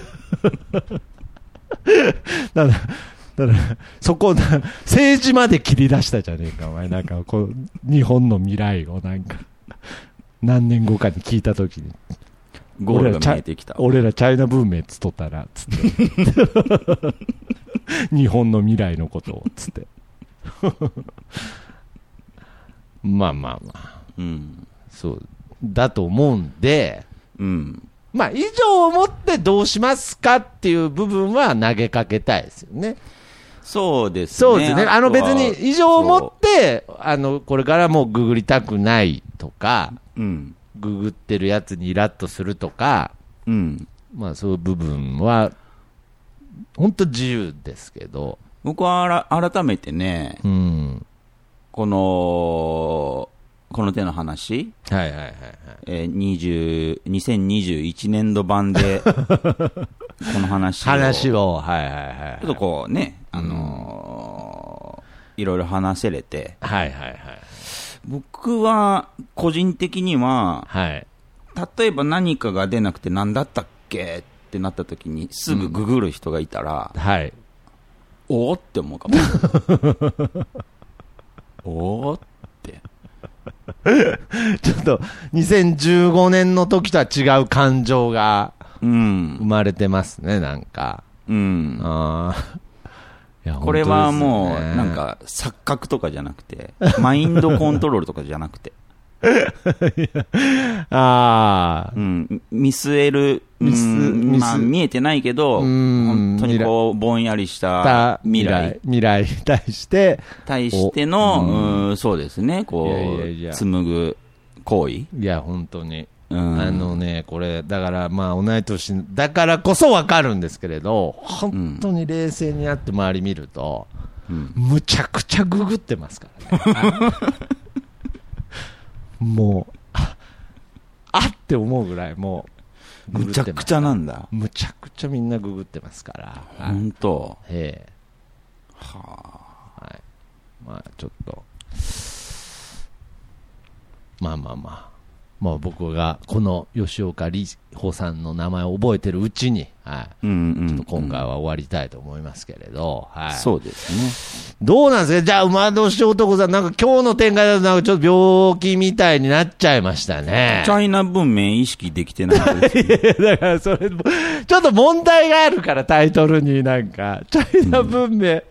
[SPEAKER 3] なんだ、なんだ、そこ、な政治まで切り出したじゃねえか、お前。なんか、こう、日本の未来をなんか、何年後かに聞いたときに、
[SPEAKER 4] ゴールが見えてきた。
[SPEAKER 3] 俺らチャイナ文明つっとったら、つって。 *laughs* 日本の未来のことを、つって。 *laughs* まあまあまあ、
[SPEAKER 4] うん。
[SPEAKER 3] そう、だと思うんで、
[SPEAKER 4] うん。
[SPEAKER 3] まあ以上をもってどうしますかっていう部分は投げかけたいですよね。
[SPEAKER 4] そうですね。
[SPEAKER 3] そうですね。あの
[SPEAKER 4] と
[SPEAKER 3] 別
[SPEAKER 4] は
[SPEAKER 3] に以上をもって、あの、これからもうググりたくないとか、
[SPEAKER 4] そううん。
[SPEAKER 3] ググってるやつにイラッとするとか、
[SPEAKER 4] うん。
[SPEAKER 3] まあそういう部分は、本当自由ですけど、
[SPEAKER 4] 僕はあら改めてね、
[SPEAKER 3] うん。
[SPEAKER 4] この、この手の話、
[SPEAKER 3] はいはいはい、はい。
[SPEAKER 4] えー、20 2021年度
[SPEAKER 3] *laughs*
[SPEAKER 4] 版で、この話を、
[SPEAKER 3] 話
[SPEAKER 4] ち
[SPEAKER 3] を、はいはいはい。
[SPEAKER 4] ょっとこうね、あのーいろいろ話せれて、
[SPEAKER 3] はいはいはい。
[SPEAKER 4] 僕は個人的には、
[SPEAKER 3] はい。
[SPEAKER 4] 例えば何かが出なくて何だったっけってなった時に、すぐググる人がいたら、
[SPEAKER 3] はい。
[SPEAKER 4] おおって思うかも。おおって。
[SPEAKER 3] ちょっと、2015年の時とは違う感情が
[SPEAKER 4] うん
[SPEAKER 3] 生。まれてますね、なんか。
[SPEAKER 4] うん。
[SPEAKER 3] あーいや
[SPEAKER 4] これはもう、
[SPEAKER 3] 本当ですね
[SPEAKER 4] なんか、錯覚とかじゃなくて、マインドコントロールとかじゃなくて、
[SPEAKER 3] ああ、
[SPEAKER 4] うん、見据える、う
[SPEAKER 3] 見据
[SPEAKER 4] ん
[SPEAKER 3] 見据
[SPEAKER 4] まあ、見えてないけど、
[SPEAKER 3] うん
[SPEAKER 4] 本当にこう、ぼんやりした未来
[SPEAKER 3] 未来未来に対して、
[SPEAKER 4] 対しての、
[SPEAKER 3] お
[SPEAKER 4] うんそうですね、こう、
[SPEAKER 3] いやいやいや
[SPEAKER 4] 紡ぐ行為。
[SPEAKER 3] いや、本当に。
[SPEAKER 4] うん
[SPEAKER 3] あのね、これ、だから、まあ、同い年、だからこそわかるんですけれど、本当に冷静になって周り見ると、
[SPEAKER 4] うん
[SPEAKER 3] むちゃくちゃググってますから
[SPEAKER 4] *laughs*
[SPEAKER 3] ね。もう、ああって思うぐらい、もう、ググ
[SPEAKER 4] む
[SPEAKER 3] っ
[SPEAKER 4] ちゃ
[SPEAKER 3] て
[SPEAKER 4] く
[SPEAKER 3] ます
[SPEAKER 4] ちゃなんだ。
[SPEAKER 3] むちゃくちゃみんなググってますから。はい
[SPEAKER 4] 本当。
[SPEAKER 3] ええ
[SPEAKER 4] はあ
[SPEAKER 3] はい。まあ、ちょっと。まあまあまあ。まあ僕がこの吉岡里帆さんの名前を覚えてるうちに、はい。
[SPEAKER 4] うんうん
[SPEAKER 3] ちょっと今回は終わりたいと思いますけれど、はい。
[SPEAKER 4] そうです
[SPEAKER 3] どうなんですかじゃあ、馬年男さん、なんか今日の展開だとなんかちょっと病気みたいになっちゃいましたね
[SPEAKER 4] ね。チ。ャイナ文明意識できてないです
[SPEAKER 3] *laughs*
[SPEAKER 4] ね
[SPEAKER 3] だからそれも、ちょっと問題があるから、タイトルになんか、チャイナ文明、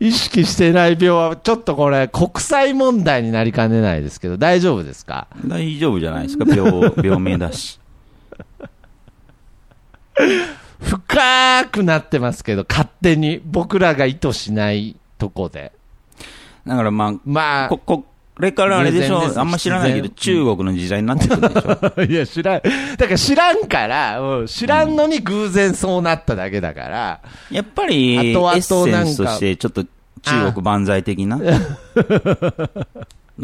[SPEAKER 3] 意識してない病は、ちょっとこれ、国際問題になりかねないですけど、大丈夫ですか
[SPEAKER 4] 大丈夫じゃないですか、病病名だし。
[SPEAKER 3] 深くなってますけど、勝手に、僕らが意図しないとこで。
[SPEAKER 4] だからま
[SPEAKER 3] ま
[SPEAKER 4] あ、
[SPEAKER 3] あ
[SPEAKER 4] こ、これからあれでしょ
[SPEAKER 3] 偶然です
[SPEAKER 4] あんま知らないけど、
[SPEAKER 3] 必
[SPEAKER 4] 中国の時代になってくるでしょ
[SPEAKER 3] *laughs* いや、知らん。だから知らんから、うん知らんのに偶然そうなっただけだから、
[SPEAKER 4] *laughs* やっぱり、エ
[SPEAKER 3] 後々
[SPEAKER 4] ッセンスと
[SPEAKER 3] なん
[SPEAKER 4] し
[SPEAKER 3] か
[SPEAKER 4] て、ちょっと中国万歳
[SPEAKER 3] *laughs*
[SPEAKER 4] 的な。と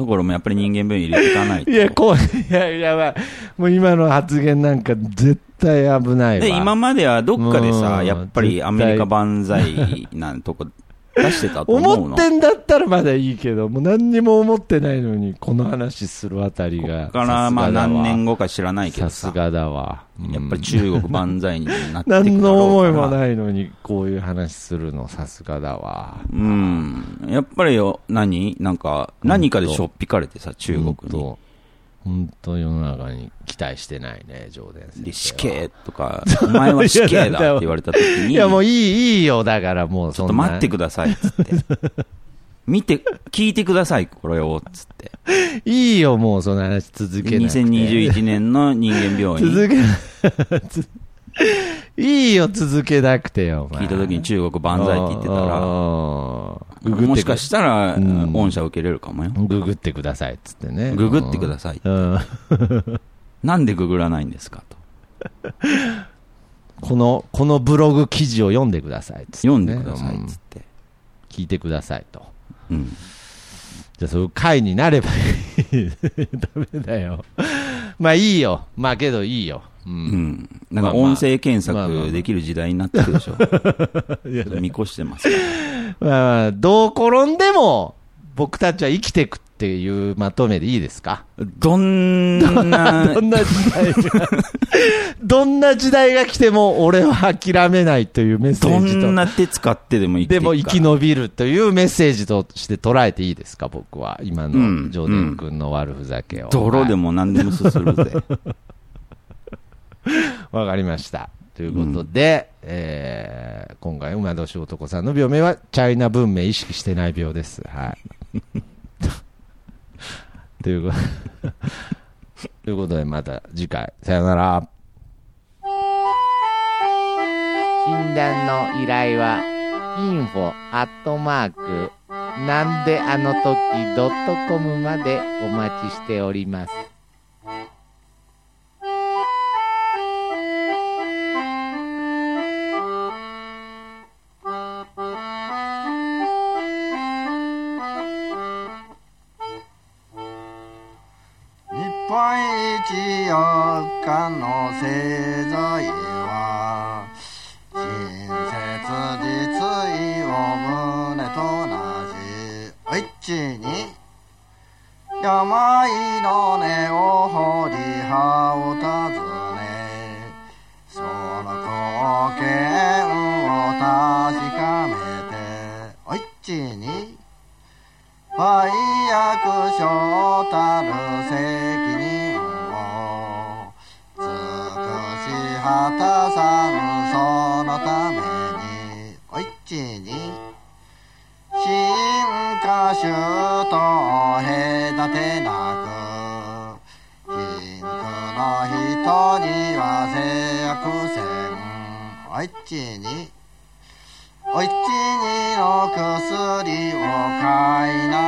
[SPEAKER 4] ころもやっぱり人間病院入れていかないと。
[SPEAKER 3] いや、こう、いや、やばい。もう今の発言なんか、絶対危ないわ。
[SPEAKER 4] で、今まではどっかでさ、
[SPEAKER 3] うん
[SPEAKER 4] やっぱりアメリカ万歳なんとこ出してたと思うの。
[SPEAKER 3] 思ってんだったらまだいいけど、もう何にも思ってないのに、この話するあたりが。
[SPEAKER 4] こっからまあ何年
[SPEAKER 3] 後
[SPEAKER 4] 後か知らないけど
[SPEAKER 3] さ
[SPEAKER 4] さ
[SPEAKER 3] す、がだわ。うん
[SPEAKER 4] やっぱり中国万歳になってくだろうから
[SPEAKER 3] 何の思いもないのに、こういう話するの、さすがだわ。
[SPEAKER 4] うん。やっぱりよ、何なんか、何かでしょっぴかれてさ、中
[SPEAKER 3] ほん
[SPEAKER 4] 国に。
[SPEAKER 3] と。本当世の中に期待してないね、上田先生
[SPEAKER 4] で、
[SPEAKER 3] は。
[SPEAKER 4] 死刑とか、お前は死刑だって言われた時に、
[SPEAKER 3] *laughs* い
[SPEAKER 4] ち
[SPEAKER 3] や、も
[SPEAKER 4] ょ
[SPEAKER 3] ういい、いいよ、だからもうそ
[SPEAKER 4] っ
[SPEAKER 3] ん
[SPEAKER 4] と
[SPEAKER 3] な。
[SPEAKER 4] 待ってください、つって。見て、聞いてください、これを、つって。
[SPEAKER 3] いいよ、もうその話続けなくて。
[SPEAKER 4] 2021年の人間病院。
[SPEAKER 3] 続け、 *laughs* つ *laughs* いいよ、続けなくてよ、お前
[SPEAKER 4] 聞いた時に中国万歳って言ってたら、
[SPEAKER 3] ら
[SPEAKER 4] もしかしたら、
[SPEAKER 3] うん
[SPEAKER 4] 御社受けれるかもよ。
[SPEAKER 3] ググってくださいっつってね。
[SPEAKER 4] ググってくだ
[SPEAKER 3] さ
[SPEAKER 4] さい。
[SPEAKER 3] うん、
[SPEAKER 4] *laughs* なんでググらないんですかと。
[SPEAKER 3] この、このブログ記事を読んでくださいっつってね、
[SPEAKER 4] 読んでください、
[SPEAKER 3] うん
[SPEAKER 4] つって。
[SPEAKER 3] 聞いてくださいと。
[SPEAKER 4] うん。
[SPEAKER 3] じゃあ、そういう回になればいい。ダメだよ。まあいいよ。まあけどいいよ。う。
[SPEAKER 4] うんん。なん
[SPEAKER 3] ま
[SPEAKER 4] か
[SPEAKER 3] あまあ
[SPEAKER 4] 音声検
[SPEAKER 3] まあまあ
[SPEAKER 4] 索できる時代になってくるでし
[SPEAKER 3] *laughs*
[SPEAKER 4] ょ。見越してますから。
[SPEAKER 3] まあまあ、どう転んでも、僕たちは生きてくっていうまとめでいいですか
[SPEAKER 4] どんな
[SPEAKER 3] *laughs* ど、んな時代が、 *laughs* どんな時代が来ても俺は諦めないというメッセ
[SPEAKER 4] ど
[SPEAKER 3] ージと。
[SPEAKER 4] んな手使ってでも生き
[SPEAKER 3] で
[SPEAKER 4] ていくか
[SPEAKER 3] も
[SPEAKER 4] ら
[SPEAKER 3] 生き延びるというメッセージとして捉えていいですか、僕は。今
[SPEAKER 4] う
[SPEAKER 3] の
[SPEAKER 4] ん
[SPEAKER 3] ジョーデン君の悪ふざけを。
[SPEAKER 4] 泥でも何でもすするぜ。
[SPEAKER 3] はい。わかりました。ということで、えー今回、馬年男さんの病名は、チャイナ文明意識してない病です。はい。 *laughs* ということということで、また次回、さよなら。
[SPEAKER 5] 診断の依頼は info アットマークなんであの時ドットコムまでお待ちしております。
[SPEAKER 6] 日本一四日の製造業は親切実意を胸となしおいちに病の根を掘り葉を尋ねその貢献を確かめておいちに売約書たる責任を尽くし果たさぬそのためにおいちに進化種と隔てなく貧苦の人には制約せんおいちにおいちにの薬を買いな